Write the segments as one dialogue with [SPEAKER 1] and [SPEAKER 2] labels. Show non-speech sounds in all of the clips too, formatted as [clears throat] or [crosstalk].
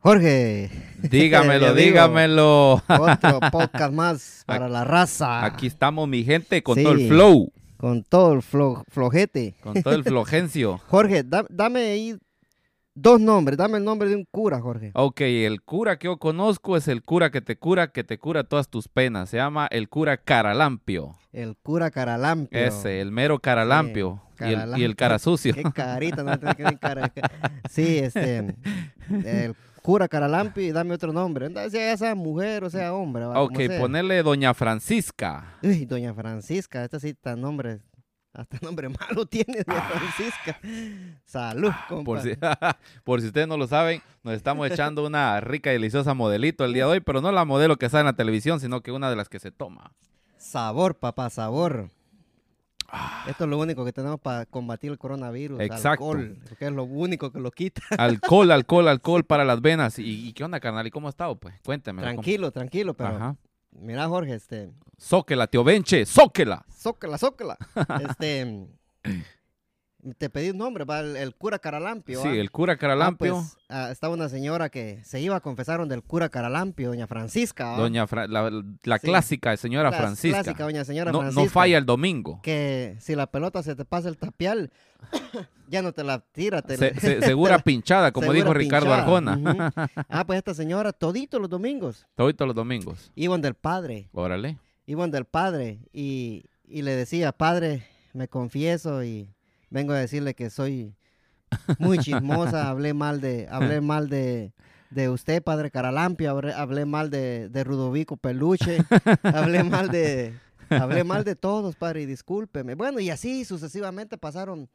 [SPEAKER 1] Jorge. [laughs]
[SPEAKER 2] Dígamelo,
[SPEAKER 1] Ya digo,
[SPEAKER 2] dígamelo. [laughs]
[SPEAKER 1] Otro podcast más para la raza.
[SPEAKER 2] Aquí estamos, mi gente, con todo el
[SPEAKER 1] Ah. Sí. [laughs]
[SPEAKER 2] flow,
[SPEAKER 1] Con todo el flo- flojete.
[SPEAKER 2] con todo el flojencio.
[SPEAKER 1] Jorge, da- dame ahí dos nombres. Dame el nombre de un cura, Jorge.
[SPEAKER 2] Ok, el cura que yo conozco es el cura que te cura, que te cura todas tus penas. Se llama el cura Caralampio.
[SPEAKER 1] El cura Caralampio.
[SPEAKER 2] Ese, el mero Caralampio. y, el, y el
[SPEAKER 1] Caralampio.
[SPEAKER 2] cara sucio.
[SPEAKER 1] Qué carita, no te queden cara.
[SPEAKER 2] [laughs]
[SPEAKER 1] Sí, este. El cura Caralampio y dame otro nombre. Anda, Sea sea mujer o sea hombre. va, como
[SPEAKER 2] Ok,
[SPEAKER 1] sea.
[SPEAKER 2] ponele Doña Francisca.
[SPEAKER 1] Uy, doña Francisca, esta sí está nombre, hasta nombre [laughs] malo tiene doña Francisca. Salud, compa.
[SPEAKER 2] Ah. Por si, [laughs] por si ustedes no lo saben, nos estamos echando una rica y deliciosa modelito el día de hoy, pero no la modelo que sale en la televisión, sino que una de las que se toma.
[SPEAKER 1] Sabor, papá, sabor. Esto es lo único que tenemos para combatir el coronavirus.
[SPEAKER 2] Exacto.
[SPEAKER 1] Alcohol, que es lo único que lo quita.
[SPEAKER 2] Alcohol, alcohol, alcohol para las venas. ¿Y, y qué onda, carnal? ¿Y cómo ha estado? Pues cuénteme.
[SPEAKER 1] tranquilo, tranquilo, pero
[SPEAKER 2] Ajá.
[SPEAKER 1] mira, Jorge, este,
[SPEAKER 2] Zóquela, tío Benche, zóquela.
[SPEAKER 1] zócala,
[SPEAKER 2] [laughs]
[SPEAKER 1] zócala. este, te pedí un nombre, va, el, el cura Caralampio.
[SPEAKER 2] Sí,
[SPEAKER 1] ¿va?
[SPEAKER 2] el cura
[SPEAKER 1] Ah,
[SPEAKER 2] Caralampio.
[SPEAKER 1] pues, ah, estaba una señora que se iba a confesar donde el cura Caralampio, doña Francisca. ¿va?
[SPEAKER 2] Doña Fra- la, la
[SPEAKER 1] ah. Sí.
[SPEAKER 2] clásica señora
[SPEAKER 1] Clas-
[SPEAKER 2] Francisca.
[SPEAKER 1] clásica, doña señora
[SPEAKER 2] no, no
[SPEAKER 1] Francisca.
[SPEAKER 2] falla el domingo.
[SPEAKER 1] Que si la pelota se te pasa el tapial, [coughs] ya no te la tira. te
[SPEAKER 2] Se-
[SPEAKER 1] la-
[SPEAKER 2] se- segura pinchada, como
[SPEAKER 1] segura
[SPEAKER 2] dijo Ricardo
[SPEAKER 1] pinchada.
[SPEAKER 2] Arjona. [laughs]
[SPEAKER 1] Ujú. Ah, pues esta señora, todito los domingos,
[SPEAKER 2] Hoy todos los domingos.
[SPEAKER 1] iban del padre,
[SPEAKER 2] Órale.
[SPEAKER 1] iban del padre y, y le decía, padre, me confieso y vengo a decirle que soy muy
[SPEAKER 2] [laughs]
[SPEAKER 1] chismosa, hablé mal de, hablé mal de, de usted, padre Caralampia, hablé, hablé mal de, de Rudovico
[SPEAKER 2] [laughs]
[SPEAKER 1] Peluche, hablé mal de, hablé mal de todos, padre, y discúlpeme. Bueno, y así sucesivamente pasaron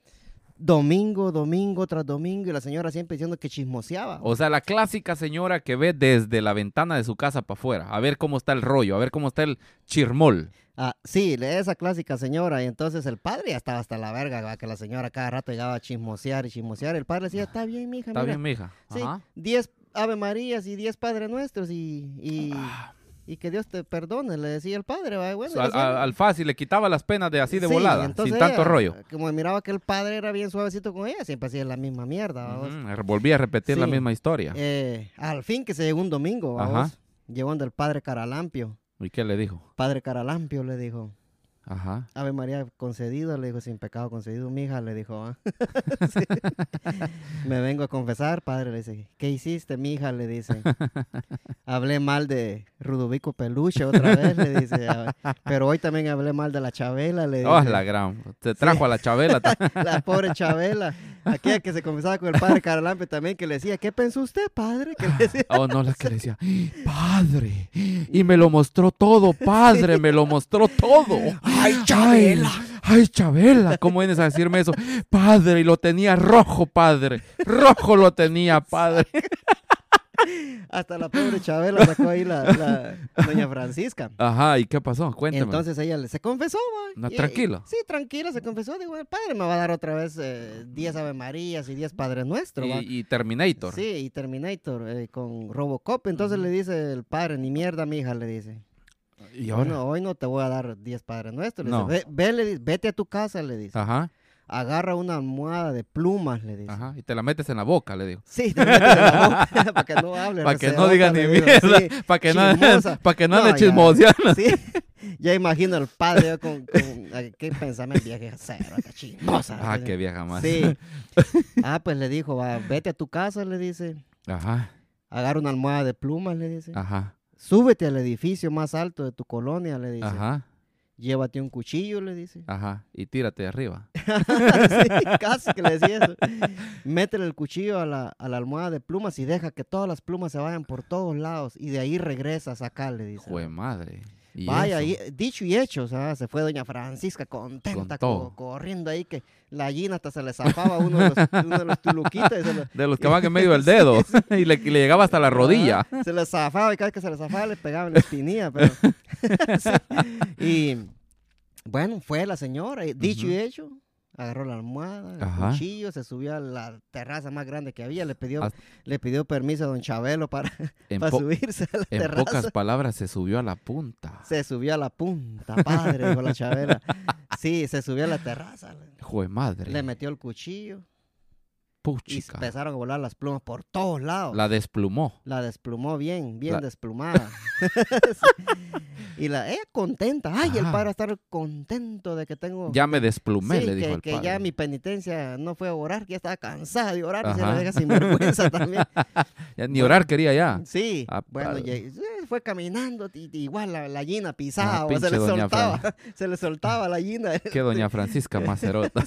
[SPEAKER 1] domingo, domingo tras domingo, y la señora siempre diciendo que chismoseaba.
[SPEAKER 2] O sea, la clásica señora que ve desde la ventana de su casa para afuera. A ver cómo está el rollo, a ver cómo está el chirmol.
[SPEAKER 1] Ah, sí, le- esa clásica señora. Y entonces el padre ya estaba hasta la verga, va, que la señora cada rato llegaba a chismosear y chismosear. El padre decía, está bien, mija,
[SPEAKER 2] Ah, ¿Está
[SPEAKER 1] mira,
[SPEAKER 2] bien, mija?
[SPEAKER 1] Sí,
[SPEAKER 2] Ajá.
[SPEAKER 1] 10 Ave Marías y 10 Padre Nuestros y, y, y que Dios te perdone, le decía el padre. va, y bueno, y
[SPEAKER 2] Ah. Al,
[SPEAKER 1] así-
[SPEAKER 2] al- al fácil le quitaba las penas de así de
[SPEAKER 1] Sí,
[SPEAKER 2] volada,
[SPEAKER 1] entonces
[SPEAKER 2] sin tanto
[SPEAKER 1] ella,
[SPEAKER 2] rollo.
[SPEAKER 1] Como miraba que el padre era bien suavecito con ella, siempre hacía la misma mierda. va, vos.
[SPEAKER 2] Ujú, Volví a repetir la
[SPEAKER 1] Sí.
[SPEAKER 2] misma historia.
[SPEAKER 1] Eh, al fin que se llegó un domingo, va,
[SPEAKER 2] Ajá.
[SPEAKER 1] vos, llevando el padre Caralampio.
[SPEAKER 2] ¿Y qué le dijo?
[SPEAKER 1] Padre Caralampio le dijo,
[SPEAKER 2] Ajá.
[SPEAKER 1] Ave María concedido, le dijo, sin pecado concedido, mija, le dijo, "Ah". [laughs] Sí. me vengo a confesar, padre, le dice, ¿qué hiciste, mija? Le
[SPEAKER 2] [laughs]
[SPEAKER 1] dice, hablé mal de Rudovico Peluche otra vez, le dice, "Ah, pero hoy también hablé mal de la Chabela, le dice,
[SPEAKER 2] Oh, la gran.
[SPEAKER 1] [laughs]
[SPEAKER 2] Te trajo a la Chabela. ta-
[SPEAKER 1] la pobre Chabela, aquella que se confesaba con el padre Caralampe también, que le decía, ¿qué pensó usted, padre? Que le decía,
[SPEAKER 2] [laughs] Oh, no, la que le decía, "¡Ah, padre. Y me lo
[SPEAKER 1] [laughs]
[SPEAKER 2] mostró todo, padre, me lo mostró todo. Ay, Chabela. Ay, Chabela, ¿cómo vienes a decirme eso? Padre, y lo tenía rojo, padre. Rojo
[SPEAKER 1] [laughs]
[SPEAKER 2] lo tenía, padre.
[SPEAKER 1] hasta la pobre Chabela sacó ahí la, la doña Francisca.
[SPEAKER 2] Ajá, ¿y qué pasó? Cuéntame.
[SPEAKER 1] Entonces ella le- se confesó, va,
[SPEAKER 2] No,
[SPEAKER 1] y-
[SPEAKER 2] tranquila.
[SPEAKER 1] Sí, tranquila, se confesó. Digo, el padre me va a dar otra vez eh, 10 Ave Marías y 10 Padres Nuestros. va".
[SPEAKER 2] y, y Terminator.
[SPEAKER 1] Sí, y Terminator eh, con Robocop. Entonces le dice el padre, ni mierda, mija, le dice.
[SPEAKER 2] Y
[SPEAKER 1] Hoy
[SPEAKER 2] ahora.
[SPEAKER 1] no, hoy no te voy a dar 10 Padres Nuestros. Le dice,
[SPEAKER 2] No. Ah.
[SPEAKER 1] "Ve- ve", le dice, vete a tu casa, le dice.
[SPEAKER 2] Ajá,
[SPEAKER 1] Agarra una almohada de plumas, le dice.
[SPEAKER 2] ajá. Y te la metes en la boca, le digo.
[SPEAKER 1] Sí, te la metes en la boca, [laughs] para que no hable.
[SPEAKER 2] Para que no
[SPEAKER 1] recerota,
[SPEAKER 2] digan
[SPEAKER 1] le
[SPEAKER 2] ni
[SPEAKER 1] digo,
[SPEAKER 2] mierda.
[SPEAKER 1] sí.
[SPEAKER 2] Para que no
[SPEAKER 1] chismosa.
[SPEAKER 2] para que no
[SPEAKER 1] No,
[SPEAKER 2] anden
[SPEAKER 1] ya.
[SPEAKER 2] chismoseando.
[SPEAKER 1] Sí, [laughs] ya imagino el padre yo con, con- ay, qué pensamiento viaje cero, qué chismosa.
[SPEAKER 2] Ah, qué vieja más. [laughs]
[SPEAKER 1] Sí. Ah, pues le dijo, va, vete a tu casa, le dice.
[SPEAKER 2] Ajá,
[SPEAKER 1] Agarra una almohada de plumas, le dice.
[SPEAKER 2] ajá,
[SPEAKER 1] Súbete al edificio más alto de tu colonia, le dice.
[SPEAKER 2] ajá,
[SPEAKER 1] Llévate un cuchillo, le
[SPEAKER 2] [laughs]
[SPEAKER 1] dice. [laughs]
[SPEAKER 2] ajá. Y tírate de arriba.
[SPEAKER 1] Sí, casi que le decía eso. Métele el cuchillo a la, a la almohada de plumas y deja que todas las plumas se vayan por todos lados y de ahí regresas acá, le dice.
[SPEAKER 2] Jue madre. ¿Y
[SPEAKER 1] Vaya,
[SPEAKER 2] eso?
[SPEAKER 1] y- eh, dicho y hecho, o sea, se fue doña Francisca contenta,
[SPEAKER 2] Con
[SPEAKER 1] co-
[SPEAKER 2] todo.
[SPEAKER 1] corriendo ahí, que la gallina hasta se le zafaba uno de los, uno de los tuluquitas y se le, [laughs]
[SPEAKER 2] De los que van en medio del dedo. [laughs] y, le, y le llegaba hasta la rodilla.
[SPEAKER 1] Ah, se le zafaba y cada vez que se le zafaba le pegaban la espinilla,
[SPEAKER 2] [laughs]
[SPEAKER 1] pero... [laughs] Sí. Y bueno, fue la señora, y dicho y hecho, agarró la almohada, el
[SPEAKER 2] Ajá.
[SPEAKER 1] cuchillo, se subió a la terraza más grande que había, le pidió,
[SPEAKER 2] Haz-
[SPEAKER 1] le pidió permiso a don Chabelo para,
[SPEAKER 2] En,
[SPEAKER 1] para
[SPEAKER 2] po-
[SPEAKER 1] subirse a la
[SPEAKER 2] en
[SPEAKER 1] terraza.
[SPEAKER 2] pocas palabras, se subió a la punta.
[SPEAKER 1] este Se subió a la punta, padre, dijo la Chabela. Sí, se subió a la terraza. le-
[SPEAKER 2] Jue madre.
[SPEAKER 1] Le metió el cuchillo. Y
[SPEAKER 2] Puchica.
[SPEAKER 1] empezaron a volar las plumas por todos lados. La,
[SPEAKER 2] La desplumó.
[SPEAKER 1] desplumó bien, bien
[SPEAKER 2] La-
[SPEAKER 1] desplumada. [laughs] Sí. y la, ella contenta. Ay, el
[SPEAKER 2] Ajá.
[SPEAKER 1] padre está contento de que tengo.
[SPEAKER 2] Ya me desplumé,
[SPEAKER 1] Oh. Sí,
[SPEAKER 2] le
[SPEAKER 1] que,
[SPEAKER 2] dijo el
[SPEAKER 1] que ya
[SPEAKER 2] padre.
[SPEAKER 1] mi penitencia no fue a orar, que ya estaba cansada de orar y se la
[SPEAKER 2] Ajá.
[SPEAKER 1] deja sin
[SPEAKER 2] [laughs]
[SPEAKER 1] vergüenza también.
[SPEAKER 2] Ya ni orar
[SPEAKER 1] [laughs]
[SPEAKER 2] quería ya.
[SPEAKER 1] Sí,
[SPEAKER 2] Ah,
[SPEAKER 1] bueno,
[SPEAKER 2] padre. Ah,
[SPEAKER 1] lleg- eh, fue caminando, y- y igual la, la gallina pisaba, o
[SPEAKER 2] pinche
[SPEAKER 1] se le
[SPEAKER 2] doña
[SPEAKER 1] soltaba, [laughs] se le soltaba la gallina,
[SPEAKER 2] [laughs] Que doña
[SPEAKER 1] [laughs]
[SPEAKER 2] Francisca Macerota.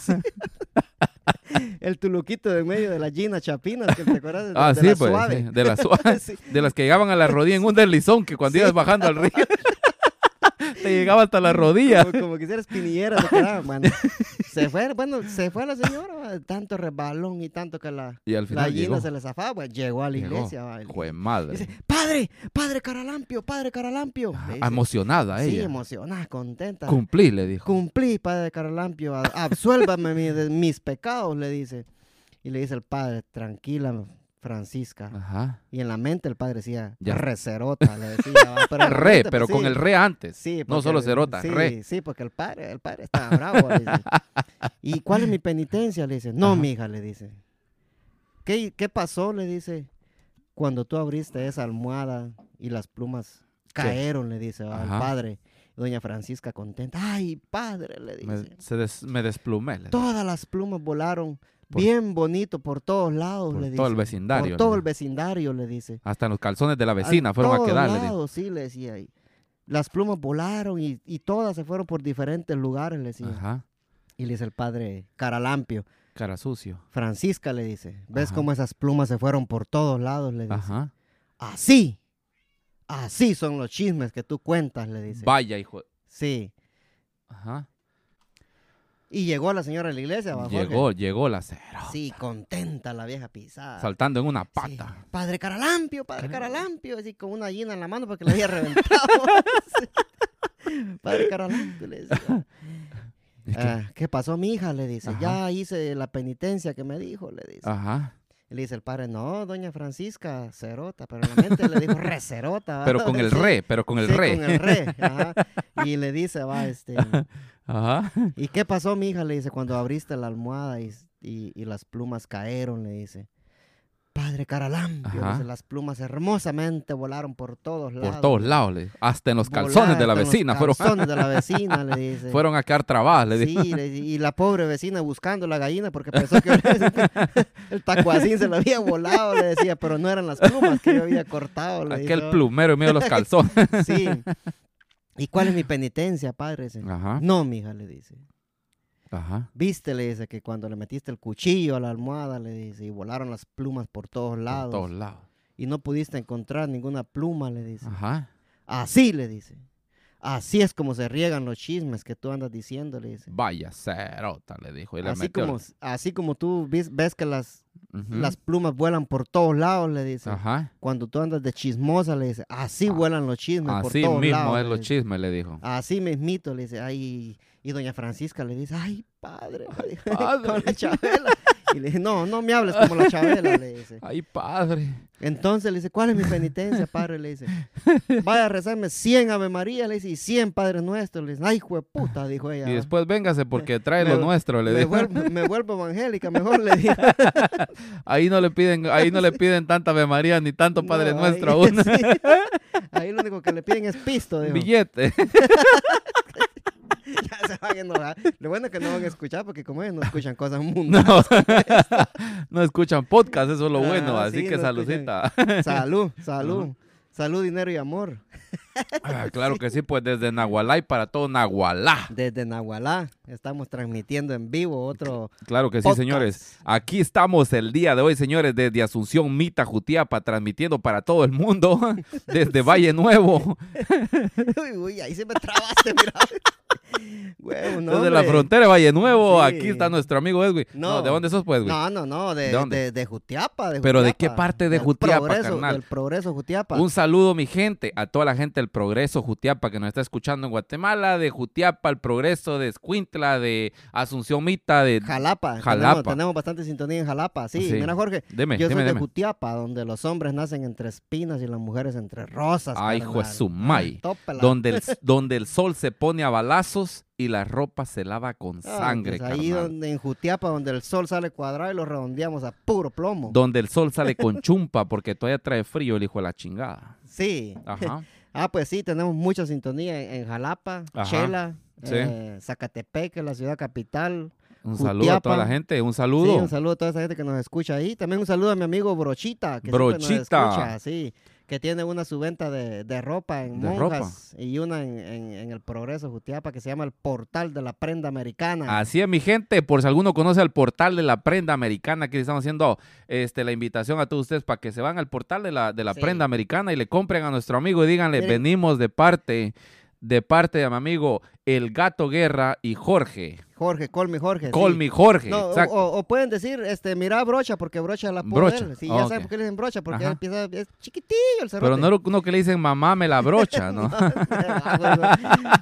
[SPEAKER 1] el tuluquito de medio de la gallina chapinas, que te acuerdas de,
[SPEAKER 2] ah,
[SPEAKER 1] de
[SPEAKER 2] sí,
[SPEAKER 1] la
[SPEAKER 2] pues. sí,
[SPEAKER 1] suave. [laughs]
[SPEAKER 2] de, las sua-
[SPEAKER 1] Sí.
[SPEAKER 2] de las que llegaban a la rodilla en un deslizón que cuando
[SPEAKER 1] Sí.
[SPEAKER 2] ibas bajando al
[SPEAKER 1] [laughs]
[SPEAKER 2] río te llegaba hasta la rodilla. [laughs]
[SPEAKER 1] Como, como que si eras pinillera, te quedaba, mano. Se fue, bueno, se fue la señora, va, tanto resbalón y tanto que la,
[SPEAKER 2] Y al
[SPEAKER 1] la
[SPEAKER 2] final
[SPEAKER 1] gallina
[SPEAKER 2] Pues llegó.
[SPEAKER 1] se le zafaba, pues, llegó a la
[SPEAKER 2] Llegó.
[SPEAKER 1] iglesia. va, y le-
[SPEAKER 2] Jue madre.
[SPEAKER 1] dice, padre, padre Caralampio, padre Caralampio.
[SPEAKER 2] Ah,
[SPEAKER 1] Le dice,
[SPEAKER 2] emocionada
[SPEAKER 1] sí,
[SPEAKER 2] ella.
[SPEAKER 1] emocionada, contenta.
[SPEAKER 2] Cumplí, le dijo.
[SPEAKER 1] cumplí, padre Caralampio, a- absuélvame mi- de mis pecados, le dice. Y le dice el padre, tranquila, Francisca.
[SPEAKER 2] Ajá.
[SPEAKER 1] Y en la mente el padre decía,
[SPEAKER 2] Ah. Ya.
[SPEAKER 1] recerota, le decía. va, Pero en la
[SPEAKER 2] Re,
[SPEAKER 1] mente,
[SPEAKER 2] pero
[SPEAKER 1] pues,
[SPEAKER 2] con
[SPEAKER 1] sí,
[SPEAKER 2] el re antes.
[SPEAKER 1] sí,
[SPEAKER 2] no
[SPEAKER 1] porque-
[SPEAKER 2] solo cerota,
[SPEAKER 1] sí,
[SPEAKER 2] re.
[SPEAKER 1] Sí, porque el padre, el padre estaba bravo. le
[SPEAKER 2] [laughs]
[SPEAKER 1] dice. ¿Y cuál es mi penitencia? Le dice, no,
[SPEAKER 2] Ajá.
[SPEAKER 1] mija, le dice. ¿Qué, ¿Qué pasó? Le dice, cuando tú abriste esa almohada y las plumas cayeron, le dice va, al
[SPEAKER 2] Ajá.
[SPEAKER 1] padre. Doña Francisca contenta, ay, padre, le dice.
[SPEAKER 2] Me, se des- me desplumé. le dijo.
[SPEAKER 1] Todas las plumas volaron
[SPEAKER 2] Por-
[SPEAKER 1] bien bonito por todos lados,
[SPEAKER 2] Por
[SPEAKER 1] le dice.
[SPEAKER 2] todo el vecindario.
[SPEAKER 1] Por todo
[SPEAKER 2] le
[SPEAKER 1] el
[SPEAKER 2] dijo.
[SPEAKER 1] vecindario, le dice.
[SPEAKER 2] Hasta en los calzones de Pues la vecina fueron a
[SPEAKER 1] todos
[SPEAKER 2] quedar, le dijo.
[SPEAKER 1] lados, sí, le decía. y las plumas volaron y, y todas se fueron por diferentes lugares, le decía.
[SPEAKER 2] Ajá.
[SPEAKER 1] Y le dice el padre Caralampio.
[SPEAKER 2] Cara sucio.
[SPEAKER 1] Francisca le dice, ¿ves
[SPEAKER 2] Ajá.
[SPEAKER 1] cómo esas plumas se fueron por todos lados? Le dice.
[SPEAKER 2] Ajá.
[SPEAKER 1] Así, así son los chismes que tú cuentas, le dice.
[SPEAKER 2] Vaya, hijo.
[SPEAKER 1] Sí.
[SPEAKER 2] Ajá.
[SPEAKER 1] Y llegó la señora a la iglesia, va, Jorge.
[SPEAKER 2] Llegó, llegó la cera.
[SPEAKER 1] Sí, contenta la vieja pisada.
[SPEAKER 2] Saltando en una
[SPEAKER 1] Sí,
[SPEAKER 2] pata.
[SPEAKER 1] Padre Caralampio, padre Caralampio, así con una gallina en la mano porque le había reventado. [laughs] Sí. Padre Caralampio le decía.
[SPEAKER 2] ¿Y qué?
[SPEAKER 1] "Ah, ¿Qué pasó, mi hija? Le dice.
[SPEAKER 2] Ajá. Ah.
[SPEAKER 1] Ya hice la penitencia que me dijo, le dice.
[SPEAKER 2] [laughs] Ajá.
[SPEAKER 1] Y Le dice el padre, no, doña Francisca, cerota, pero en la mente le dijo re cerota. ¿va?
[SPEAKER 2] Pero con
[SPEAKER 1] [laughs]
[SPEAKER 2] el
[SPEAKER 1] Sí,
[SPEAKER 2] re, pero con el
[SPEAKER 1] sí,
[SPEAKER 2] re.
[SPEAKER 1] Con el re.
[SPEAKER 2] [laughs]
[SPEAKER 1] ajá. Y le dice, va, este.
[SPEAKER 2] Ajá.
[SPEAKER 1] ¿Y qué pasó, mija? Le dice, cuando abriste la almohada y, y- y las plumas cayeron, le dice. Padre Caralampio,
[SPEAKER 2] Ajá.
[SPEAKER 1] dice, las plumas hermosamente volaron por todos lados.
[SPEAKER 2] Por todos lados. le- Hasta en los calzones de la
[SPEAKER 1] Volaron,
[SPEAKER 2] vecina
[SPEAKER 1] Los
[SPEAKER 2] fueron,
[SPEAKER 1] calzones
[SPEAKER 2] [laughs]
[SPEAKER 1] de la vecina, le dice.
[SPEAKER 2] fueron a quedar trabadas, le dijo.
[SPEAKER 1] Sí, le- y la pobre vecina buscando la gallina porque pensó que
[SPEAKER 2] [laughs]
[SPEAKER 1] el tacuacín se la había volado, le decía, pero no eran las plumas que yo había cortado. Le
[SPEAKER 2] Aquel
[SPEAKER 1] dice.
[SPEAKER 2] plumero en medio
[SPEAKER 1] [laughs]
[SPEAKER 2] de los calzones.
[SPEAKER 1] Sí. ¿Y cuál es mi penitencia, padre? Dice.
[SPEAKER 2] Ajá.
[SPEAKER 1] No, mija, le dice.
[SPEAKER 2] Ajá.
[SPEAKER 1] Viste, le dice, que cuando le metiste el cuchillo a la almohada, le dice, y volaron las plumas por todos
[SPEAKER 2] Por
[SPEAKER 1] lados.
[SPEAKER 2] todos lados.
[SPEAKER 1] Y no pudiste encontrar ninguna pluma, le dice.
[SPEAKER 2] Ajá.
[SPEAKER 1] Así, le dice. Así es como se riegan los chismes que tú andas diciendo, le dice.
[SPEAKER 2] Vaya cerota, le dijo. Y le
[SPEAKER 1] Así
[SPEAKER 2] metió-
[SPEAKER 1] como, así como tú vis- ves que las,
[SPEAKER 2] Ujú.
[SPEAKER 1] las plumas vuelan por todos lados, le dice.
[SPEAKER 2] Ajá.
[SPEAKER 1] Cuando tú andas de chismosa, le dice, así
[SPEAKER 2] Ah,
[SPEAKER 1] vuelan los chismes por
[SPEAKER 2] Así
[SPEAKER 1] todos
[SPEAKER 2] mismo
[SPEAKER 1] lados.
[SPEAKER 2] es
[SPEAKER 1] le Ah,
[SPEAKER 2] los
[SPEAKER 1] dice.
[SPEAKER 2] chismes, le dijo.
[SPEAKER 1] Así mismito, le dice, ay, y doña Francisca le dice, ay, padre, le dice, con la
[SPEAKER 2] padre.
[SPEAKER 1] chabela. Y le dice, no, no me hables como la chabela, le dice.
[SPEAKER 2] Ay, padre.
[SPEAKER 1] Entonces le dice, ¿cuál es mi penitencia, padre? Le dice, vaya a rezarme 100 Ave María, le dice, y 100 Padre Nuestro. Le dice, ay, jueputa, dijo ella.
[SPEAKER 2] Y
[SPEAKER 1] ¿va?
[SPEAKER 2] después véngase porque trae lo
[SPEAKER 1] me-
[SPEAKER 2] nuestro, le
[SPEAKER 1] me,
[SPEAKER 2] dijo.
[SPEAKER 1] vuelvo, me vuelvo evangélica, mejor le
[SPEAKER 2] [laughs]
[SPEAKER 1] dijo.
[SPEAKER 2] Ahí no le piden, ahí no le piden tanta Ave María ni tanto
[SPEAKER 1] [laughs]
[SPEAKER 2] Padre
[SPEAKER 1] No,
[SPEAKER 2] Nuestro
[SPEAKER 1] ahí- [laughs]
[SPEAKER 2] aún.
[SPEAKER 1] sí. Ahí lo único que le piden es pisto, dijo.
[SPEAKER 2] Billete.
[SPEAKER 1] Ya [laughs] se van a enojar. Lo bueno es que no van a escuchar, porque como ellos no escuchan cosas mundo.
[SPEAKER 2] No. [laughs] no escuchan podcast, eso es lo
[SPEAKER 1] Ah,
[SPEAKER 2] bueno. Así
[SPEAKER 1] sí,
[SPEAKER 2] que
[SPEAKER 1] no escuchan.
[SPEAKER 2] saludita.
[SPEAKER 1] Salud, salud. Salud, dinero y amor.
[SPEAKER 2] Ah, claro que sí, pues desde Nahualá y para todo Nahualá.
[SPEAKER 1] Desde Nahualá estamos transmitiendo en vivo otro.
[SPEAKER 2] [laughs] Claro que sí,
[SPEAKER 1] Podcast.
[SPEAKER 2] señores. Aquí estamos el día de hoy, señores, desde Asunción Mita Jutiapa, transmitiendo para todo el mundo, [laughs] desde Valle Nuevo,
[SPEAKER 1] Uy, uy, ahí se me trabaste, mira. [laughs] Huevo, [laughs] no,
[SPEAKER 2] desde la
[SPEAKER 1] hombre.
[SPEAKER 2] frontera de Valle Nuevo.
[SPEAKER 1] Sí.
[SPEAKER 2] Aquí está nuestro amigo Edwin. No.
[SPEAKER 1] No.
[SPEAKER 2] ¿de dónde sos, pues, Edwin?
[SPEAKER 1] No, no, no, de,
[SPEAKER 2] ¿De dónde?
[SPEAKER 1] de- de Jutiapa.
[SPEAKER 2] ¿Pero de qué
[SPEAKER 1] Jutiapa.
[SPEAKER 2] parte de
[SPEAKER 1] Del
[SPEAKER 2] Jutiapa,
[SPEAKER 1] progreso,
[SPEAKER 2] carnal?
[SPEAKER 1] Del progreso Jutiapa.
[SPEAKER 2] Un saludo, mi gente, a toda la gente el progreso Jutiapa que nos está escuchando en Guatemala, de Jutiapa, el progreso de Escuintla, de Asunción Mita, de...
[SPEAKER 1] Jalapa.
[SPEAKER 2] Jalapa.
[SPEAKER 1] Tenemos, tenemos bastante sintonía en Jalapa. Sí,
[SPEAKER 2] Sí.
[SPEAKER 1] mira, Jorge.
[SPEAKER 2] Deme,
[SPEAKER 1] yo
[SPEAKER 2] deme,
[SPEAKER 1] soy de
[SPEAKER 2] deme.
[SPEAKER 1] Jutiapa, donde los hombres nacen entre espinas y las mujeres entre rosas.
[SPEAKER 2] Ay, hijo de
[SPEAKER 1] carnal. Ah,
[SPEAKER 2] su may.
[SPEAKER 1] Tópela.
[SPEAKER 2] Donde el,
[SPEAKER 1] [laughs]
[SPEAKER 2] donde el sol se pone a balazos y la ropa se lava con
[SPEAKER 1] Ah,
[SPEAKER 2] sangre,
[SPEAKER 1] pues ahí
[SPEAKER 2] carnal.
[SPEAKER 1] donde en Jutiapa, donde el sol sale cuadrado y lo redondeamos a puro plomo.
[SPEAKER 2] Donde el sol sale con
[SPEAKER 1] [laughs]
[SPEAKER 2] chumpa porque todavía trae frío el hijo de la chingada.
[SPEAKER 1] sí.
[SPEAKER 2] Ajá.
[SPEAKER 1] Ah, pues sí, tenemos mucha sintonía en, en Jalapa,
[SPEAKER 2] Ajá.
[SPEAKER 1] Chela,
[SPEAKER 2] Sí.
[SPEAKER 1] eh, Zacatepec, que es la ciudad capital. [laughs]
[SPEAKER 2] Un saludo a toda la
[SPEAKER 1] Jutiapa.
[SPEAKER 2] gente, un
[SPEAKER 1] Sí,
[SPEAKER 2] saludo.
[SPEAKER 1] un saludo a toda esa gente que nos escucha ahí. También un saludo a mi amigo Brochita, que siempre nos
[SPEAKER 2] Brochita.
[SPEAKER 1] escucha, sí, que tiene una subventa de, de ropa en
[SPEAKER 2] De
[SPEAKER 1] Monjas y una en, en- en el Progreso Jutiapa que se llama el Portal de la Prenda Americana.
[SPEAKER 2] Así es, mi gente, por si alguno conoce el portal de la prenda americana, aquí le estamos haciendo este, la invitación a todos ustedes para que se van al portal de la, de la
[SPEAKER 1] Sí.
[SPEAKER 2] prenda americana y le compren a nuestro amigo y díganle,
[SPEAKER 1] Miren.
[SPEAKER 2] venimos de parte, de parte de mi amigo El Gato Guerra y Jorge.
[SPEAKER 1] Jorge, call me Jorge. sí.
[SPEAKER 2] Call me Jorge.
[SPEAKER 1] No, o,
[SPEAKER 2] exacto.
[SPEAKER 1] o- o pueden decir, este, mira brocha, porque brocha es la
[SPEAKER 2] Brocha, Ah,
[SPEAKER 1] poder. Sí, ya
[SPEAKER 2] ok.
[SPEAKER 1] saben por qué le dicen brocha, porque
[SPEAKER 2] Ajá.
[SPEAKER 1] él empieza, es chiquitillo el cerrote.
[SPEAKER 2] Pero no
[SPEAKER 1] [laughs]
[SPEAKER 2] lo- no que le dicen mamá me la brocha, ¿no?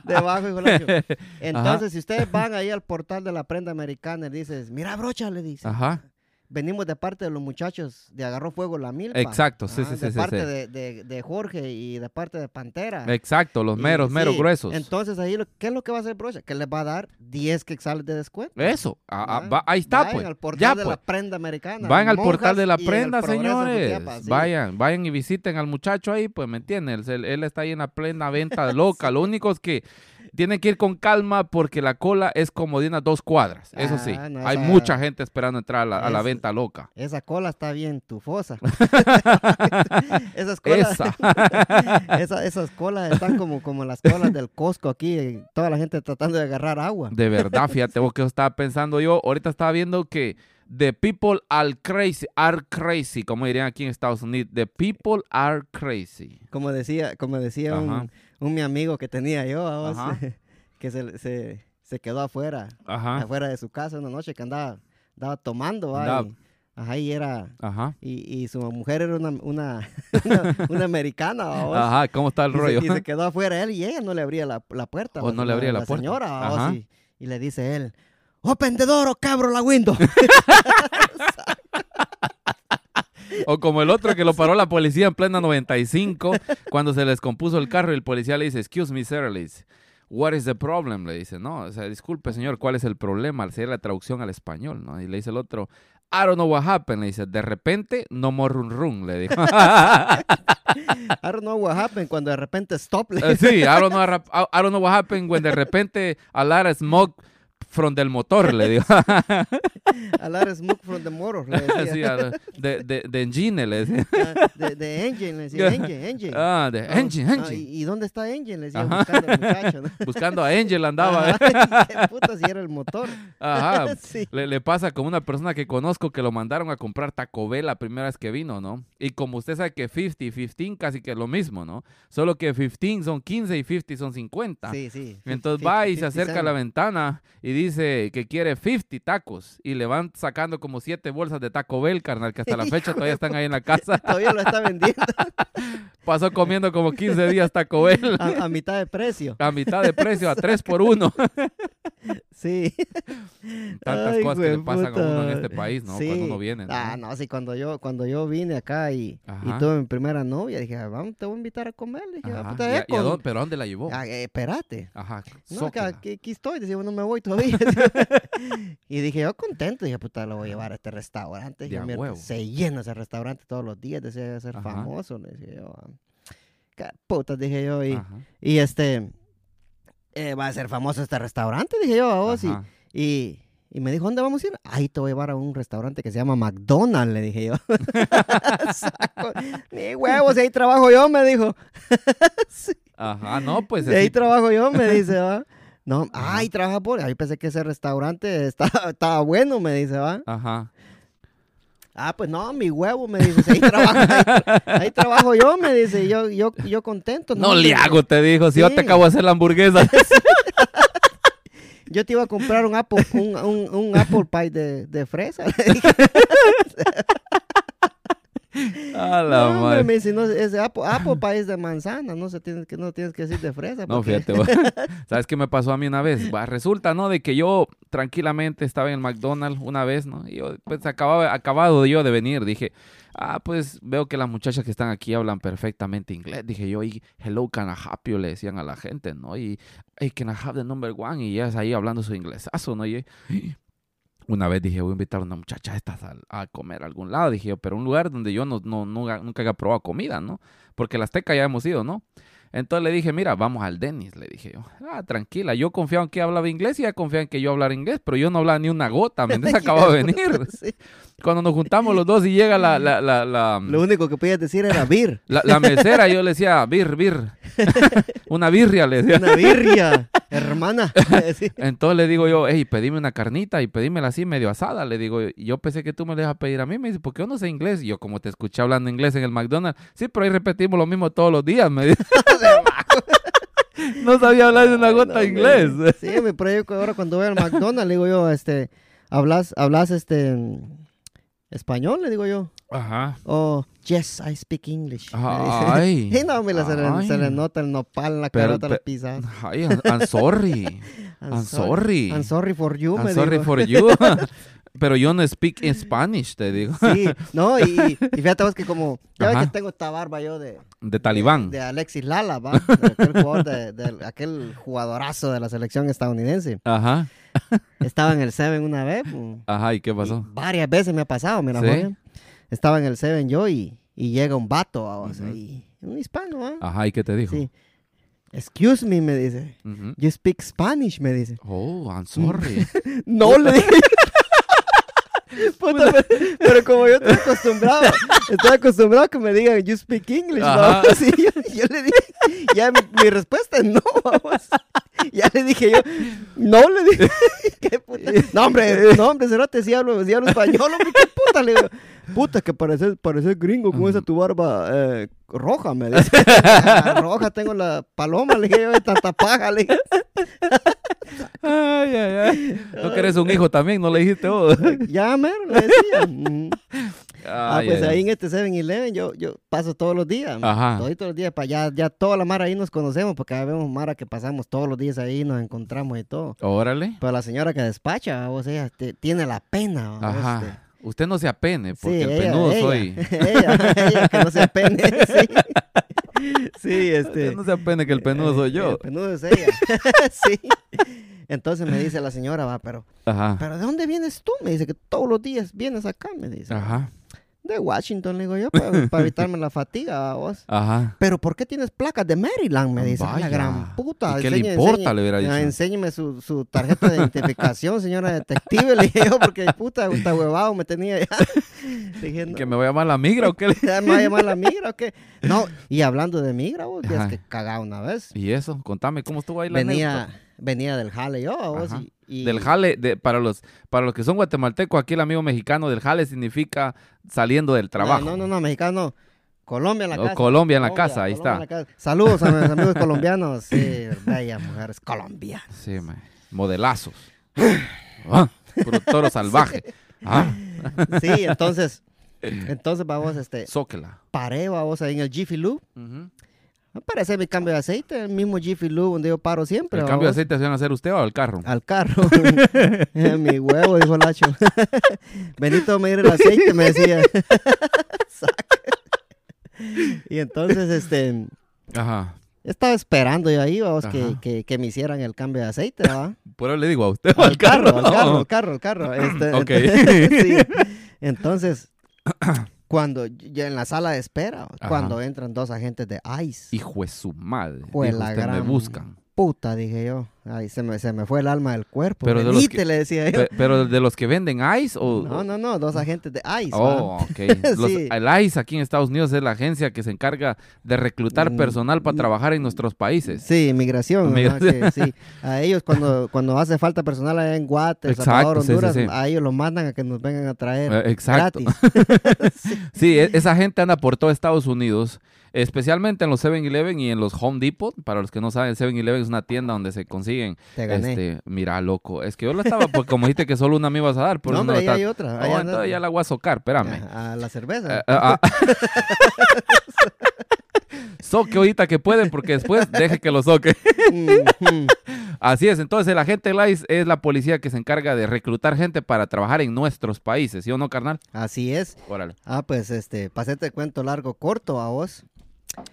[SPEAKER 1] Debajo, hijo de
[SPEAKER 2] [laughs]
[SPEAKER 1] la chu- Entonces, si ustedes van ahí al portal de la prenda americana y dices, mira brocha, le dices,
[SPEAKER 2] Ajá.
[SPEAKER 1] venimos de parte de los muchachos de Agarró Fuego la Milpa.
[SPEAKER 2] Exacto, sí,
[SPEAKER 1] Ajá,
[SPEAKER 2] sí, sí,
[SPEAKER 1] De
[SPEAKER 2] sí,
[SPEAKER 1] parte
[SPEAKER 2] sí.
[SPEAKER 1] De, de- de Jorge y de parte de Pantera.
[SPEAKER 2] Exacto, los
[SPEAKER 1] Y-
[SPEAKER 2] meros, meros
[SPEAKER 1] sí,
[SPEAKER 2] gruesos.
[SPEAKER 1] Entonces, ahí, lo- ¿qué es lo que va a hacer brocha? Que les va a dar 10 quexales de descuento.
[SPEAKER 2] Eso, a- a-
[SPEAKER 1] Ya.
[SPEAKER 2] va- ahí está,
[SPEAKER 1] Vayan
[SPEAKER 2] pues.
[SPEAKER 1] al portal
[SPEAKER 2] Ya,
[SPEAKER 1] de
[SPEAKER 2] pues.
[SPEAKER 1] la prenda americana.
[SPEAKER 2] Vayan al
[SPEAKER 1] Monjas
[SPEAKER 2] portal de
[SPEAKER 1] y
[SPEAKER 2] la
[SPEAKER 1] en el
[SPEAKER 2] prenda,
[SPEAKER 1] Progreso
[SPEAKER 2] señores.
[SPEAKER 1] Jutiapa, pues, sí.
[SPEAKER 2] Vayan, vayan y visiten al muchacho ahí, pues, ¿me entiendes? Él, él está ahí en la
[SPEAKER 1] [laughs]
[SPEAKER 2] plena venta loca. Lo único es que tienen que ir con calma porque la cola es como de unas dos cuadras. Eso sí,
[SPEAKER 1] Ah, no,
[SPEAKER 2] hay
[SPEAKER 1] esa-
[SPEAKER 2] mucha gente esperando entrar a la, a la
[SPEAKER 1] es-
[SPEAKER 2] venta loca.
[SPEAKER 1] Esa cola está bien tufosa.
[SPEAKER 2] [laughs]
[SPEAKER 1] esas colas,
[SPEAKER 2] Esa.
[SPEAKER 1] [laughs] esa- esas colas están como, como las colas del Costco aquí. eh, Toda la gente tratando de agarrar agua.
[SPEAKER 2] De verdad, fíjate vos que estaba pensando yo. Ahorita estaba viendo que the people are crazy, are crazy, como dirían aquí en Estados Unidos. The people are crazy.
[SPEAKER 1] Como decía, como decía
[SPEAKER 2] Ajá.
[SPEAKER 1] un, un mi amigo que tenía yo, vamos,
[SPEAKER 2] Ajá.
[SPEAKER 1] [laughs] que se, se- se quedó afuera,
[SPEAKER 2] Ajá,
[SPEAKER 1] afuera de su casa una noche que andaba, andaba tomando. va,
[SPEAKER 2] Andaba-
[SPEAKER 1] y- ajá, y era...
[SPEAKER 2] ajá,
[SPEAKER 1] Y, y su mujer era una, una, [laughs] una, una americana, va, vos.
[SPEAKER 2] ajá. ¿Cómo está el
[SPEAKER 1] Y se-
[SPEAKER 2] rollo?
[SPEAKER 1] Y
[SPEAKER 2] [laughs]
[SPEAKER 1] se, quedó afuera él y ella no le abría la, la puerta.
[SPEAKER 2] Oh, no le abría la puerta.
[SPEAKER 1] señora, vamos,
[SPEAKER 2] Ajá.
[SPEAKER 1] y, y le dice él, open the door o cabro la
[SPEAKER 2] [laughs]
[SPEAKER 1] window.
[SPEAKER 2] O como el otro que lo paró la policía en plena 95 cuando se les compuso el carro y el policía le dice, excuse me, sir, le dice, what is the problem? Le dice, no, o sea, disculpe, señor, ¿cuál es el problema? Al hacer la traducción al español, ¿no? Y le dice el otro, I don't know what happened. Le dice, de repente, no more run run, le dijo.
[SPEAKER 1] I don't know what happened cuando de repente stop. le-
[SPEAKER 2] Eh, [laughs] sí, I don't, know, rap- I I don't know what happened when de repente a lot of smoke from del motor, le dijo.
[SPEAKER 1] A lot of smoke from the motor.
[SPEAKER 2] [laughs]
[SPEAKER 1] Le decía. [laughs] Ah,
[SPEAKER 2] Sí, a- de, de, de engine, le decía.
[SPEAKER 1] de, de engine, le decía, engine,
[SPEAKER 2] [laughs]
[SPEAKER 1] engine.
[SPEAKER 2] Ah, de
[SPEAKER 1] Ah,
[SPEAKER 2] engine,
[SPEAKER 1] ah,
[SPEAKER 2] engine.
[SPEAKER 1] ¿y, y dónde está engine? Le decía
[SPEAKER 2] Ajá.
[SPEAKER 1] buscando al muchacho. ¿no?
[SPEAKER 2] Buscando a Angel [laughs] andaba. eh.
[SPEAKER 1] [laughs] Ajá, ¿Qué puta si era el motor?
[SPEAKER 2] Ajá,
[SPEAKER 1] [laughs] Sí.
[SPEAKER 2] Le, le pasa como una persona que conozco que lo mandaron a comprar Taco Bell la primera vez que vino, ¿no? Y como usted sabe que 50 y 15 casi que es lo mismo, ¿no? Solo que 15 son 15 y 50 son 50.
[SPEAKER 1] Sí, sí.
[SPEAKER 2] Entonces
[SPEAKER 1] Fif-
[SPEAKER 2] va y
[SPEAKER 1] fifty
[SPEAKER 2] se acerca a la
[SPEAKER 1] cent.
[SPEAKER 2] ventana y dice que quiere 50 tacos y le van sacando como siete bolsas de Taco Bell, carnal, que
[SPEAKER 1] [laughs]
[SPEAKER 2] hasta la fecha todavía están ahí en la casa.
[SPEAKER 1] Todavía lo está vendiendo
[SPEAKER 2] [laughs] Pasó comiendo como 15 días Taco
[SPEAKER 1] [laughs]
[SPEAKER 2] Bell
[SPEAKER 1] a, a mitad de precio.
[SPEAKER 2] a mitad de precio, a 3
[SPEAKER 1] [laughs]
[SPEAKER 2] por 1.
[SPEAKER 1] Sí.
[SPEAKER 2] [laughs] Tantas
[SPEAKER 1] Ay,
[SPEAKER 2] cosas que le pasan a uno en
[SPEAKER 1] jueputa.
[SPEAKER 2] este país, ¿no?
[SPEAKER 1] Sí.
[SPEAKER 2] Cuando uno viene. ¿no?
[SPEAKER 1] Ah, no, sí, cuando yo, cuando yo vine acá y,
[SPEAKER 2] Ajá.
[SPEAKER 1] y tuve mi primera novia, dije, "Ah, vamos, te voy a invitar a comer. Le dije, "Ah,
[SPEAKER 2] Ajá,
[SPEAKER 1] puta,
[SPEAKER 2] ¿y a-
[SPEAKER 1] eh,
[SPEAKER 2] y a
[SPEAKER 1] con-
[SPEAKER 2] dónde- Oh. ¿Pero a dónde la llevó?
[SPEAKER 1] Ah, eh, espérate.
[SPEAKER 2] Ajá.
[SPEAKER 1] No, que
[SPEAKER 2] sóquela.
[SPEAKER 1] aquí, aquí estoy, decía, no me voy todavía.
[SPEAKER 2] [laughs]
[SPEAKER 1] y dije, yo contento, dije, puta, lo voy a llevar a este restaurante. Dije,
[SPEAKER 2] De a
[SPEAKER 1] "Mira,
[SPEAKER 2] huevo.
[SPEAKER 1] se llena ese restaurante todos los días, decía, "debe ser
[SPEAKER 2] Ajá.
[SPEAKER 1] famoso. Le dije yo, "Ah, ca- puta, dije yo, y,
[SPEAKER 2] Ajá,
[SPEAKER 1] y este, eh, va a ser famoso este restaurante, dije yo, a vos, y-
[SPEAKER 2] ajá.
[SPEAKER 1] y, y me dijo, ¿dónde vamos a ir? Ahí te voy a llevar a un restaurante que se llama McDonald's, le dije yo. [laughs] Saco, Ni huevos, ahí trabajo yo, me dijo.
[SPEAKER 2] Ajá, no, pues
[SPEAKER 1] De ahí
[SPEAKER 2] así-
[SPEAKER 1] trabajo yo, me dice,
[SPEAKER 2] [laughs]
[SPEAKER 1] va. No,
[SPEAKER 2] Ajá.
[SPEAKER 1] ay, trabaja por ahí. Pensé que ese restaurante estaba, estaba bueno, me dice, va.
[SPEAKER 2] Ajá.
[SPEAKER 1] Ah, pues no, mi huevo, me dice. Ahí trabajo, ahí, tra- ahí trabajo yo, me dice. y Yo, yo, yo contento.
[SPEAKER 2] No le
[SPEAKER 1] hombre,
[SPEAKER 2] hago, te dijo. Si yo te
[SPEAKER 1] Sí.
[SPEAKER 2] acabo de hacer la
[SPEAKER 1] [laughs]
[SPEAKER 2] hamburguesa.
[SPEAKER 1] Yo te iba a comprar un Apple, un, [laughs] un, un apple pie de, de fresa. le dije.
[SPEAKER 2] A la
[SPEAKER 1] No, hombre,
[SPEAKER 2] madre.
[SPEAKER 1] me dice, no, es de apo, apo país de manzana, no se tiene que, no tienes que decir de fresa.
[SPEAKER 2] No,
[SPEAKER 1] porque- [laughs]
[SPEAKER 2] fíjate, va. ¿sabes qué me pasó a mí una vez? Va, resulta, ¿no? De que yo tranquilamente estaba en el McDonald's una vez, ¿no? Y yo, pues, acababa, acabado yo de venir, dije, ah, pues, veo que las muchachas que están aquí hablan perfectamente inglés. Dije yo, y hello, can I help you? Le decían a la gente, ¿no? Y, hey, can I have the number one? Y ellas ahí hablando su inglesazo, ¿no? Y una vez dije, voy a invitar a una muchacha de estas a, a comer a algún lado. Dije yo, pero un lugar donde yo no, no, nunca, nunca había probado comida, ¿no? Porque las tecas ya hemos ido, ¿no? Entonces le dije, mira, vamos al Dennis, le dije yo. Ah, tranquila, yo confiaba en que hablaba inglés y ella confiaba en que yo hablara inglés, pero yo no hablaba ni una
[SPEAKER 1] [laughs]
[SPEAKER 2] gota, ¿me entiendes? Acababa de venir.
[SPEAKER 1] Sí.
[SPEAKER 2] Cuando nos juntamos los dos y llega la, la, la, la,
[SPEAKER 1] Lo único que podías decir era bir,
[SPEAKER 2] la- la mesera, yo le decía, bir, bir, una birria, le decía.
[SPEAKER 1] una
[SPEAKER 2] [laughs]
[SPEAKER 1] birria, hermana. [laughs] Sí.
[SPEAKER 2] Entonces le digo yo, hey, pedime una carnita y pedímela así medio asada. Le digo, y yo pensé que tú me la ibas a pedir a mí. Me dice, porque yo no sé inglés. Y yo, como te escuché hablando inglés en el McDonald's, sí, pero ahí repetimos lo mismo todos los días.
[SPEAKER 1] [laughs]
[SPEAKER 2] Me dice. [laughs] no sabía hablar de una gota de
[SPEAKER 1] Ay, no,
[SPEAKER 2] inglés.
[SPEAKER 1] hombre. Sí, mi proyecto ahora cuando voy al McDonald's, le digo yo, este, hablas, hablas, este, mm, español, le digo yo.
[SPEAKER 2] Ajá.
[SPEAKER 1] O, yes, I speak English. me dice. [laughs]
[SPEAKER 2] Ay.
[SPEAKER 1] Y no, mira, se le,
[SPEAKER 2] Ay.
[SPEAKER 1] se le nota el nopal en la
[SPEAKER 2] Pero-
[SPEAKER 1] carota, la
[SPEAKER 2] pe-
[SPEAKER 1] pizza.
[SPEAKER 2] Ay, I'm-
[SPEAKER 1] [laughs]
[SPEAKER 2] I'm sorry.
[SPEAKER 1] I'm, sorry.
[SPEAKER 2] I'm sorry.
[SPEAKER 1] I'm sorry for you,
[SPEAKER 2] I'm
[SPEAKER 1] me
[SPEAKER 2] sorry
[SPEAKER 1] digo. [laughs]
[SPEAKER 2] for you. [laughs] Pero yo no speak in Spanish, te digo.
[SPEAKER 1] Sí, no, y, y
[SPEAKER 2] [laughs]
[SPEAKER 1] fíjate vos que como, ya ves
[SPEAKER 2] Ajá. Mm.
[SPEAKER 1] que tengo esta barba yo de,
[SPEAKER 2] De talibán.
[SPEAKER 1] de Alexis Lala, ¿va? De aquel, jugador de- de aquel jugadorazo de la selección estadounidense.
[SPEAKER 2] Ajá.
[SPEAKER 1] Estaba en el Seven una vez, pues,
[SPEAKER 2] Ajá, ¿y qué
[SPEAKER 1] y
[SPEAKER 2] pasó?
[SPEAKER 1] varias veces me ha pasado, mira,
[SPEAKER 2] ¿Sí?
[SPEAKER 1] Jorge. Estaba en el Seven yo y, y llega un vato, ¿va? o sea,
[SPEAKER 2] Ujú.
[SPEAKER 1] y- un hispano, ¿ah?
[SPEAKER 2] Ajá, ¿y qué te dijo?
[SPEAKER 1] Sí. Excuse me, me dice.
[SPEAKER 2] Ujú.
[SPEAKER 1] You speak Spanish, me dice.
[SPEAKER 2] Oh,
[SPEAKER 1] [laughs]
[SPEAKER 2] I'm sorry.
[SPEAKER 1] No, le dije. [laughs] Puta, pero, pero como yo estoy acostumbrado, estoy acostumbrado a que me digan you speak English, [laughs]
[SPEAKER 2] Ajá.
[SPEAKER 1] vamos. Y yo, yo le dije, ya mi, mi respuesta es no, vamos. Ya le dije yo, no le dije, [laughs] qué puta. No, hombre, no, hombre, cerote, sí hablo, sí hablo español, hombre, qué puta, le digo. Puta, que pareces, pareces gringo con esa tu barba eh, roja, me [laughs] dice. "Ah, roja, tengo la paloma, le dije yo, de tanta paja, le dije.
[SPEAKER 2] Ay, ay, ay.
[SPEAKER 1] [laughs]
[SPEAKER 2] No querés un hijo también, no le dijiste vos.
[SPEAKER 1] Ya, mero, le decía. Ujú. Ah,
[SPEAKER 2] [laughs] Ay,
[SPEAKER 1] pues
[SPEAKER 2] ay,
[SPEAKER 1] ahí
[SPEAKER 2] ay.
[SPEAKER 1] en este 7-Eleven yo, yo paso todos los días.
[SPEAKER 2] Ajá.
[SPEAKER 1] Todos, todos los días. Para allá, ya toda la Mara ahí nos conocemos, porque ya vemos Mara que pasamos todos los días ahí, nos encontramos y todo.
[SPEAKER 2] Órale.
[SPEAKER 1] Pero la señora que despacha, o sea, te- tiene la pena. ¿va? Este,
[SPEAKER 2] Ajá. Usted no se apene, porque
[SPEAKER 1] [laughs] sí,
[SPEAKER 2] el
[SPEAKER 1] ella-
[SPEAKER 2] penudo
[SPEAKER 1] ella,
[SPEAKER 2] soy.
[SPEAKER 1] ella, ella, que no se apene. Sí, [laughs]
[SPEAKER 2] [laughs]
[SPEAKER 1] Sí, este.
[SPEAKER 2] Usted no se apene que el penudo
[SPEAKER 1] eh,
[SPEAKER 2] soy yo.
[SPEAKER 1] El penudo es ella. [laughs] sí. Entonces me dice la señora, va, pero,
[SPEAKER 2] Ajá.
[SPEAKER 1] pero ¿de dónde vienes tú? Me dice que todos los días vienes acá, me dice.
[SPEAKER 2] Ajá.
[SPEAKER 1] De Washington, le digo yo, para,
[SPEAKER 2] [laughs]
[SPEAKER 1] evitarme la fatiga, vos.
[SPEAKER 2] Ajá.
[SPEAKER 1] Pero ¿por qué tienes placas de Maryland? Me dice, "A
[SPEAKER 2] Ah, Vaya.
[SPEAKER 1] la gran puta.
[SPEAKER 2] ¿Y qué le
[SPEAKER 1] enseñe,
[SPEAKER 2] importa?",
[SPEAKER 1] enseñe,
[SPEAKER 2] le hubiera dicho.
[SPEAKER 1] "Ah, Enséñeme su, su tarjeta de identificación, señora detective, le dije yo, porque puta, está huevado, me tenía ya.
[SPEAKER 2] [laughs]
[SPEAKER 1] Le dije, no,
[SPEAKER 2] ¿Que me voy a llamar la migra o qué? le- [laughs]
[SPEAKER 1] ya me va a llamar la migra o qué. No, y hablando de migra, vos,
[SPEAKER 2] Ajá.
[SPEAKER 1] es que cagaba una vez.
[SPEAKER 2] ¿Y eso? Contame, ¿cómo estuvo ahí la
[SPEAKER 1] Venía,
[SPEAKER 2] anécdota?
[SPEAKER 1] venía del jale yo, vos,
[SPEAKER 2] Ajá.
[SPEAKER 1] y, y-
[SPEAKER 2] Del jale, de- para, los, para los que son guatemaltecos, aquí el amigo mexicano del jale significa saliendo del
[SPEAKER 1] Ah,
[SPEAKER 2] trabajo.
[SPEAKER 1] No, no, no, no, mexicano. Colombia en la
[SPEAKER 2] O
[SPEAKER 1] casa.
[SPEAKER 2] Colombia en la casa, ahí
[SPEAKER 1] Colombia en la casa. Oh, Saludos a mis amigos colombianos. Sí, bellas mujeres colombianas.
[SPEAKER 2] Sí, ma. modelazos. ah,
[SPEAKER 1] [laughs]
[SPEAKER 2] puro toro salvaje. Ah,
[SPEAKER 1] Sí, entonces, entonces vamos, este,
[SPEAKER 2] zóquela.
[SPEAKER 1] paré, vamos ahí en el Jiffy Lube.
[SPEAKER 2] Ujú.
[SPEAKER 1] Parece mi cambio de aceite, el mismo Jiffy Lube donde yo paro siempre.
[SPEAKER 2] ¿El cambio de
[SPEAKER 1] vamos,
[SPEAKER 2] aceite se van a hacer usted o el carro?
[SPEAKER 1] Al carro. [laughs] Eh, mi huevo, dijo Lacho. [laughs] Benito me el aceite, me decía. [laughs] Saca. y entonces, este,
[SPEAKER 2] Ajá.
[SPEAKER 1] estaba esperando yo ahí, vamos, que,
[SPEAKER 2] Ajá.
[SPEAKER 1] que, que me hicieran el cambio de aceite, ¿va?
[SPEAKER 2] Por eso le digo a usted o
[SPEAKER 1] Al
[SPEAKER 2] al carro.
[SPEAKER 1] al carro, al carro, al carro. Este,
[SPEAKER 2] Ok.
[SPEAKER 1] ent- [laughs]
[SPEAKER 2] [laughs]
[SPEAKER 1] sí. Entonces, cuando ya en la sala de espera,
[SPEAKER 2] Ajá.
[SPEAKER 1] cuando entran dos agentes de ICE,
[SPEAKER 2] Hijo de su madre.
[SPEAKER 1] Hijo de
[SPEAKER 2] dijo
[SPEAKER 1] la
[SPEAKER 2] usted, me
[SPEAKER 1] gran-
[SPEAKER 2] buscan.
[SPEAKER 1] puta, dije yo, ay, se me, se me fue el alma del cuerpo.
[SPEAKER 2] Pero de los
[SPEAKER 1] Venite,
[SPEAKER 2] que-
[SPEAKER 1] le decía yo.
[SPEAKER 2] Pe- Pero de los que venden ice o...
[SPEAKER 1] No, no, no, dos agentes de ICE. ¿va?
[SPEAKER 2] Oh,
[SPEAKER 1] [laughs]
[SPEAKER 2] ok. Los-
[SPEAKER 1] Sí.
[SPEAKER 2] El ICE aquí en Estados Unidos es la agencia que se encarga de reclutar
[SPEAKER 1] Mm,
[SPEAKER 2] personal para
[SPEAKER 1] mm,
[SPEAKER 2] trabajar en nuestros países.
[SPEAKER 1] Sí, inmigración. ajá,
[SPEAKER 2] Inmigración.
[SPEAKER 1] que sí. A ellos
[SPEAKER 2] [laughs]
[SPEAKER 1] cuando, cuando hace falta personal allá en Guate, El Salvador,
[SPEAKER 2] Exacto, sí, sí,
[SPEAKER 1] Honduras,
[SPEAKER 2] sí.
[SPEAKER 1] a ellos los mandan a que nos vengan a traer
[SPEAKER 2] Eh, Exacto.
[SPEAKER 1] gratis.
[SPEAKER 2] Sí, e- esa gente anda por todo Estados Unidos, especialmente en los 7-Eleven y en los Home Depot. Para los que no saben, 7-Eleven es una tienda donde se consigue siguen.
[SPEAKER 1] Te gané.
[SPEAKER 2] Este, mira, loco, es que yo lo estaba, pues como dijiste que solo una me ibas a dar, por
[SPEAKER 1] no,
[SPEAKER 2] una
[SPEAKER 1] hombre, ya
[SPEAKER 2] está-
[SPEAKER 1] hay otra.
[SPEAKER 2] Oh,
[SPEAKER 1] ahí anda-
[SPEAKER 2] entonces ya la voy a socar, espérame.
[SPEAKER 1] Ajá, A la cerveza.
[SPEAKER 2] Eh, ah, [laughs] ah. Soque ahorita que pueden porque después deje que lo soque. Eh.
[SPEAKER 1] Mm, mm.
[SPEAKER 2] Así es, entonces el agente LICE es la policía que se encarga de reclutar gente para trabajar en nuestros países, ¿sí o no, carnal?
[SPEAKER 1] Así es.
[SPEAKER 2] Órale.
[SPEAKER 1] Ah, pues este, pasete el cuento largo, corto a vos.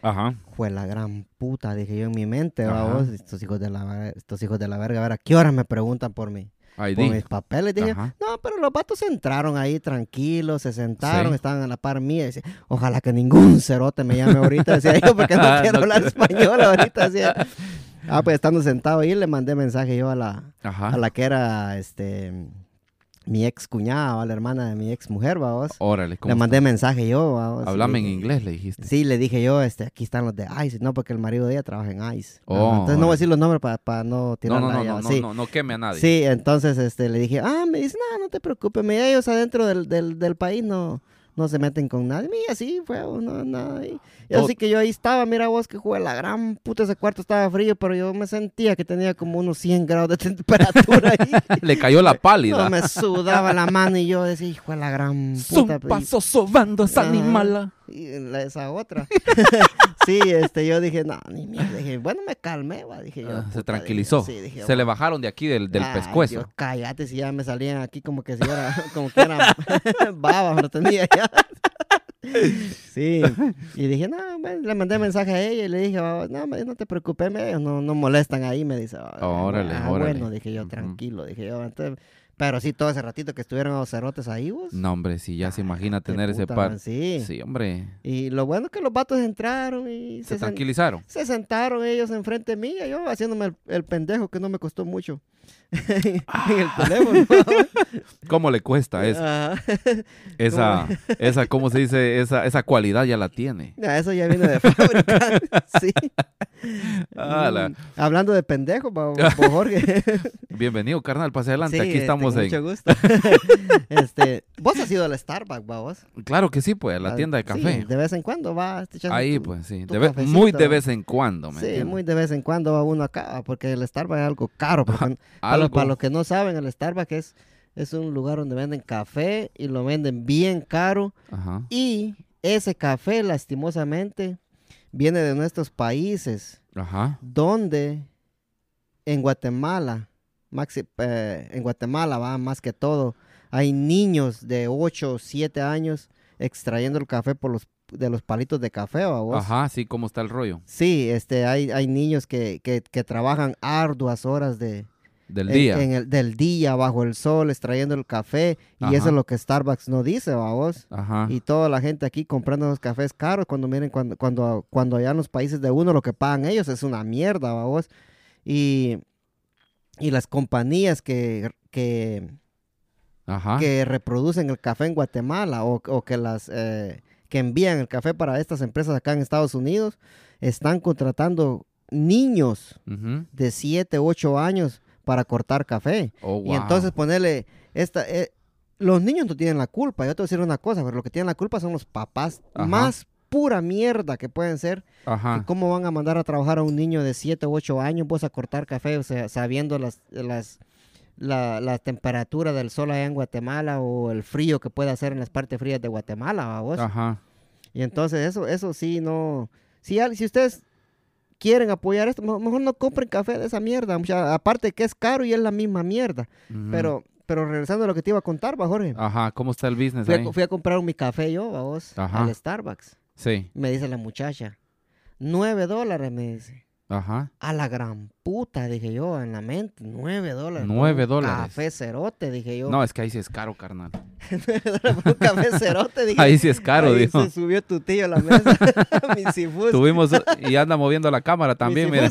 [SPEAKER 2] Ajá.
[SPEAKER 1] Fue la gran puta, dije yo en mi mente, a
[SPEAKER 2] Ajá.
[SPEAKER 1] vos. Estos hijos de la ver- estos hijos de la verga, a ver a qué hora me preguntan por mí.
[SPEAKER 2] ID.
[SPEAKER 1] Por mis papeles, dije.
[SPEAKER 2] Ajá.
[SPEAKER 1] No, pero los vatos entraron ahí tranquilos, se sentaron,
[SPEAKER 2] Sí.
[SPEAKER 1] estaban a la par mía. Decía, Ojalá que ningún cerote me llame ahorita, decía
[SPEAKER 2] [laughs]
[SPEAKER 1] yo, porque no
[SPEAKER 2] Ah,
[SPEAKER 1] quiero
[SPEAKER 2] no
[SPEAKER 1] hablar
[SPEAKER 2] quiero.
[SPEAKER 1] español ahorita.
[SPEAKER 2] [laughs]
[SPEAKER 1] Decía. Ah, pues estando sentado ahí, le mandé mensaje yo a la,
[SPEAKER 2] Ajá.
[SPEAKER 1] a la que era este mi ex cuñada, ¿va? la hermana de mi ex mujer, ¿va vos?
[SPEAKER 2] Órale, ¿cómo
[SPEAKER 1] Le mandé mensaje yo, ah, ¿va vos?
[SPEAKER 2] Hablame en
[SPEAKER 1] Le-
[SPEAKER 2] inglés, le dijiste.
[SPEAKER 1] Sí, le dije yo, este, aquí están los de ICE, no, porque el marido de ella trabaja en ICE.
[SPEAKER 2] Oh,
[SPEAKER 1] Ajá, Entonces no voy
[SPEAKER 2] órale.
[SPEAKER 1] a decir los nombres para no
[SPEAKER 2] No,
[SPEAKER 1] tirar
[SPEAKER 2] no,
[SPEAKER 1] la
[SPEAKER 2] no,
[SPEAKER 1] llave.
[SPEAKER 2] no, no,
[SPEAKER 1] sí.
[SPEAKER 2] no, no queme a nadie.
[SPEAKER 1] Sí, entonces este, le dije, ah, me dice, no, no te preocupes, mira, ellos adentro del, del, del país no, no se meten con nadie. Y así fue, no, nada. Y, y
[SPEAKER 2] Todo-
[SPEAKER 1] así que yo ahí estaba, mira vos que jugué la gran puta, ese cuarto estaba frío, pero yo me sentía que tenía como unos 100 grados de [laughs] temperatura ahí.
[SPEAKER 2] [laughs] Le cayó la
[SPEAKER 1] No,
[SPEAKER 2] pálida.
[SPEAKER 1] me sudaba la mano y yo decía, hijo de la gran puta.
[SPEAKER 2] Son
[SPEAKER 1] pe-
[SPEAKER 2] pasos sobando esa
[SPEAKER 1] Ajá.
[SPEAKER 2] animala.
[SPEAKER 1] y la- esa otra. [laughs] sí, este, yo dije, no, ni mierda. Dije, bueno, me calmé, va. Dije, yo,
[SPEAKER 2] Ah,
[SPEAKER 1] puta,
[SPEAKER 2] se
[SPEAKER 1] dije,
[SPEAKER 2] tranquilizó.
[SPEAKER 1] sí, dije,
[SPEAKER 2] se le bajaron de aquí del, del
[SPEAKER 1] "Ay,
[SPEAKER 2] pescuezo.
[SPEAKER 1] Dios, cállate, si ya me salían aquí como que si era, [laughs] como que era baba, me lo tenía ya. [laughs] sí, y dije, no, bueno, le mandé mensaje a ella y le dije, "Baba, no, me- no te preocupes, me, ellos no, no molestan ahí, me dice. "Ah,
[SPEAKER 2] Órale,
[SPEAKER 1] ah,
[SPEAKER 2] órale.
[SPEAKER 1] Bueno, dije yo,
[SPEAKER 2] Ujú.
[SPEAKER 1] tranquilo, dije yo, entonces, pero sí, todo ese ratito que estuvieron los cerotes ahí, vos.
[SPEAKER 2] No, hombre, si ya se imagina
[SPEAKER 1] qué
[SPEAKER 2] tener ese
[SPEAKER 1] puta,
[SPEAKER 2] par.
[SPEAKER 1] man, sí.
[SPEAKER 2] Sí, hombre.
[SPEAKER 1] Y lo bueno es que los vatos entraron y
[SPEAKER 2] Se
[SPEAKER 1] se, sen- [laughs]
[SPEAKER 2] tranquilizaron.
[SPEAKER 1] se sentaron ellos enfrente mía, yo haciéndome el, el pendejo que no me costó mucho. [laughs] en
[SPEAKER 2] Ah.
[SPEAKER 1] el teléfono.
[SPEAKER 2] [laughs] ¿Cómo le cuesta eso?
[SPEAKER 1] Ajá. [laughs]
[SPEAKER 2] Esa, esa, ¿cómo se dice? Esa, esa cualidad ya la tiene.
[SPEAKER 1] Ya, eso ya viene de [laughs] fábrica.
[SPEAKER 2] [laughs]
[SPEAKER 1] sí.
[SPEAKER 2] Ah, la-
[SPEAKER 1] Mm, Hablando de pendejo,
[SPEAKER 2] [laughs]
[SPEAKER 1] pa- pa- Jorge.
[SPEAKER 2] Bienvenido, carnal, pase adelante.
[SPEAKER 1] Sí,
[SPEAKER 2] Aquí
[SPEAKER 1] este,
[SPEAKER 2] estamos
[SPEAKER 1] con
[SPEAKER 2] en...
[SPEAKER 1] Mucho gusto. [laughs] este, vos has ido al Starbucks, va vos.
[SPEAKER 2] Claro que sí, pues, a la
[SPEAKER 1] Ah,
[SPEAKER 2] tienda de
[SPEAKER 1] sí,
[SPEAKER 2] café.
[SPEAKER 1] de vez en cuando va. te echas
[SPEAKER 2] Ahí,
[SPEAKER 1] tu-
[SPEAKER 2] pues, sí.
[SPEAKER 1] tu
[SPEAKER 2] De vez- muy de
[SPEAKER 1] cafecito.
[SPEAKER 2] vez en cuando, ¿me
[SPEAKER 1] Sí,
[SPEAKER 2] entiendes?
[SPEAKER 1] muy de vez en cuando va uno acá, porque el Starbucks es algo caro. porque Para, los,
[SPEAKER 2] Algo-
[SPEAKER 1] para los que no saben, el Starbucks es, es un lugar donde venden café y lo venden bien caro.
[SPEAKER 2] Ajá.
[SPEAKER 1] Y ese café, lastimosamente, viene de nuestros países,
[SPEAKER 2] Ajá.
[SPEAKER 1] donde en Guatemala, maxi- eh, en Guatemala va más que todo, hay niños de 8 o 7 años extrayendo el café por los, de los palitos de café, ¿va vos?
[SPEAKER 2] Ajá, sí, ¿cómo está el rollo?
[SPEAKER 1] Sí, este, hay, hay niños que, que, que trabajan arduas horas de,
[SPEAKER 2] Del
[SPEAKER 1] en-
[SPEAKER 2] día.
[SPEAKER 1] en el- del día bajo el sol, extrayendo el café. Y eso
[SPEAKER 2] Ajá. Ah.
[SPEAKER 1] es lo que Starbucks no dice, vamos.
[SPEAKER 2] Ajá.
[SPEAKER 1] Y toda la gente aquí comprando los cafés caros, cuando miren, cuando, cuando, cuando allá en los países de uno lo que pagan ellos es una mierda, vamos. Y, y las compañías que, que,
[SPEAKER 2] Ajá.
[SPEAKER 1] que reproducen el café en Guatemala o, o que las eh, que envían el café para estas empresas acá en Estados Unidos están contratando niños
[SPEAKER 2] Ujú.
[SPEAKER 1] de 7, 8 años para cortar café.
[SPEAKER 2] Oh,
[SPEAKER 1] Y
[SPEAKER 2] wow.
[SPEAKER 1] entonces ponerle esta eh, los niños no tienen la culpa, yo te voy a decir una cosa, pero lo que tienen la culpa son los papás
[SPEAKER 2] Ajá. Ah.
[SPEAKER 1] más pura mierda que pueden ser. que
[SPEAKER 2] Ajá.
[SPEAKER 1] ¿Cómo van a mandar a trabajar a un niño de 7 u 8 años vos a cortar café o sea, sabiendo las, las, la, la temperatura del sol allá en Guatemala o el frío que puede hacer en las partes frías de Guatemala, ¿va vos?
[SPEAKER 2] Ajá.
[SPEAKER 1] Y entonces eso, eso sí, no... Si, al- si ustedes quieren apoyar esto, mo- mejor no compren café de esa mierda. mucha- aparte que es caro y es la misma mierda.
[SPEAKER 2] Ujú.
[SPEAKER 1] Pero, pero regresando a lo que te iba a contar, va, Jorge.
[SPEAKER 2] Ajá, ¿cómo está el business
[SPEAKER 1] Fui a,
[SPEAKER 2] ahí?
[SPEAKER 1] co- fui a comprar mi café yo, va vos,
[SPEAKER 2] Ajá.
[SPEAKER 1] al Starbucks.
[SPEAKER 2] Sí.
[SPEAKER 1] Me dice la muchacha, nueve dólares, me dice.
[SPEAKER 2] Ajá.
[SPEAKER 1] A la gran puta, dije yo, en la mente, nueve dólares. por
[SPEAKER 2] Nueve
[SPEAKER 1] un
[SPEAKER 2] dólares.
[SPEAKER 1] Café cerote, dije yo.
[SPEAKER 2] No, es que ahí sí es caro, carnal.
[SPEAKER 1] Nueve dólares por [laughs] un café cerote, dije
[SPEAKER 2] Ahí sí es caro,
[SPEAKER 1] [laughs] Ahí
[SPEAKER 2] dijo.
[SPEAKER 1] Se subió tu tío a la mesa, [laughs] mi sifus.
[SPEAKER 2] Tuvimos y anda moviendo la cámara también, mira.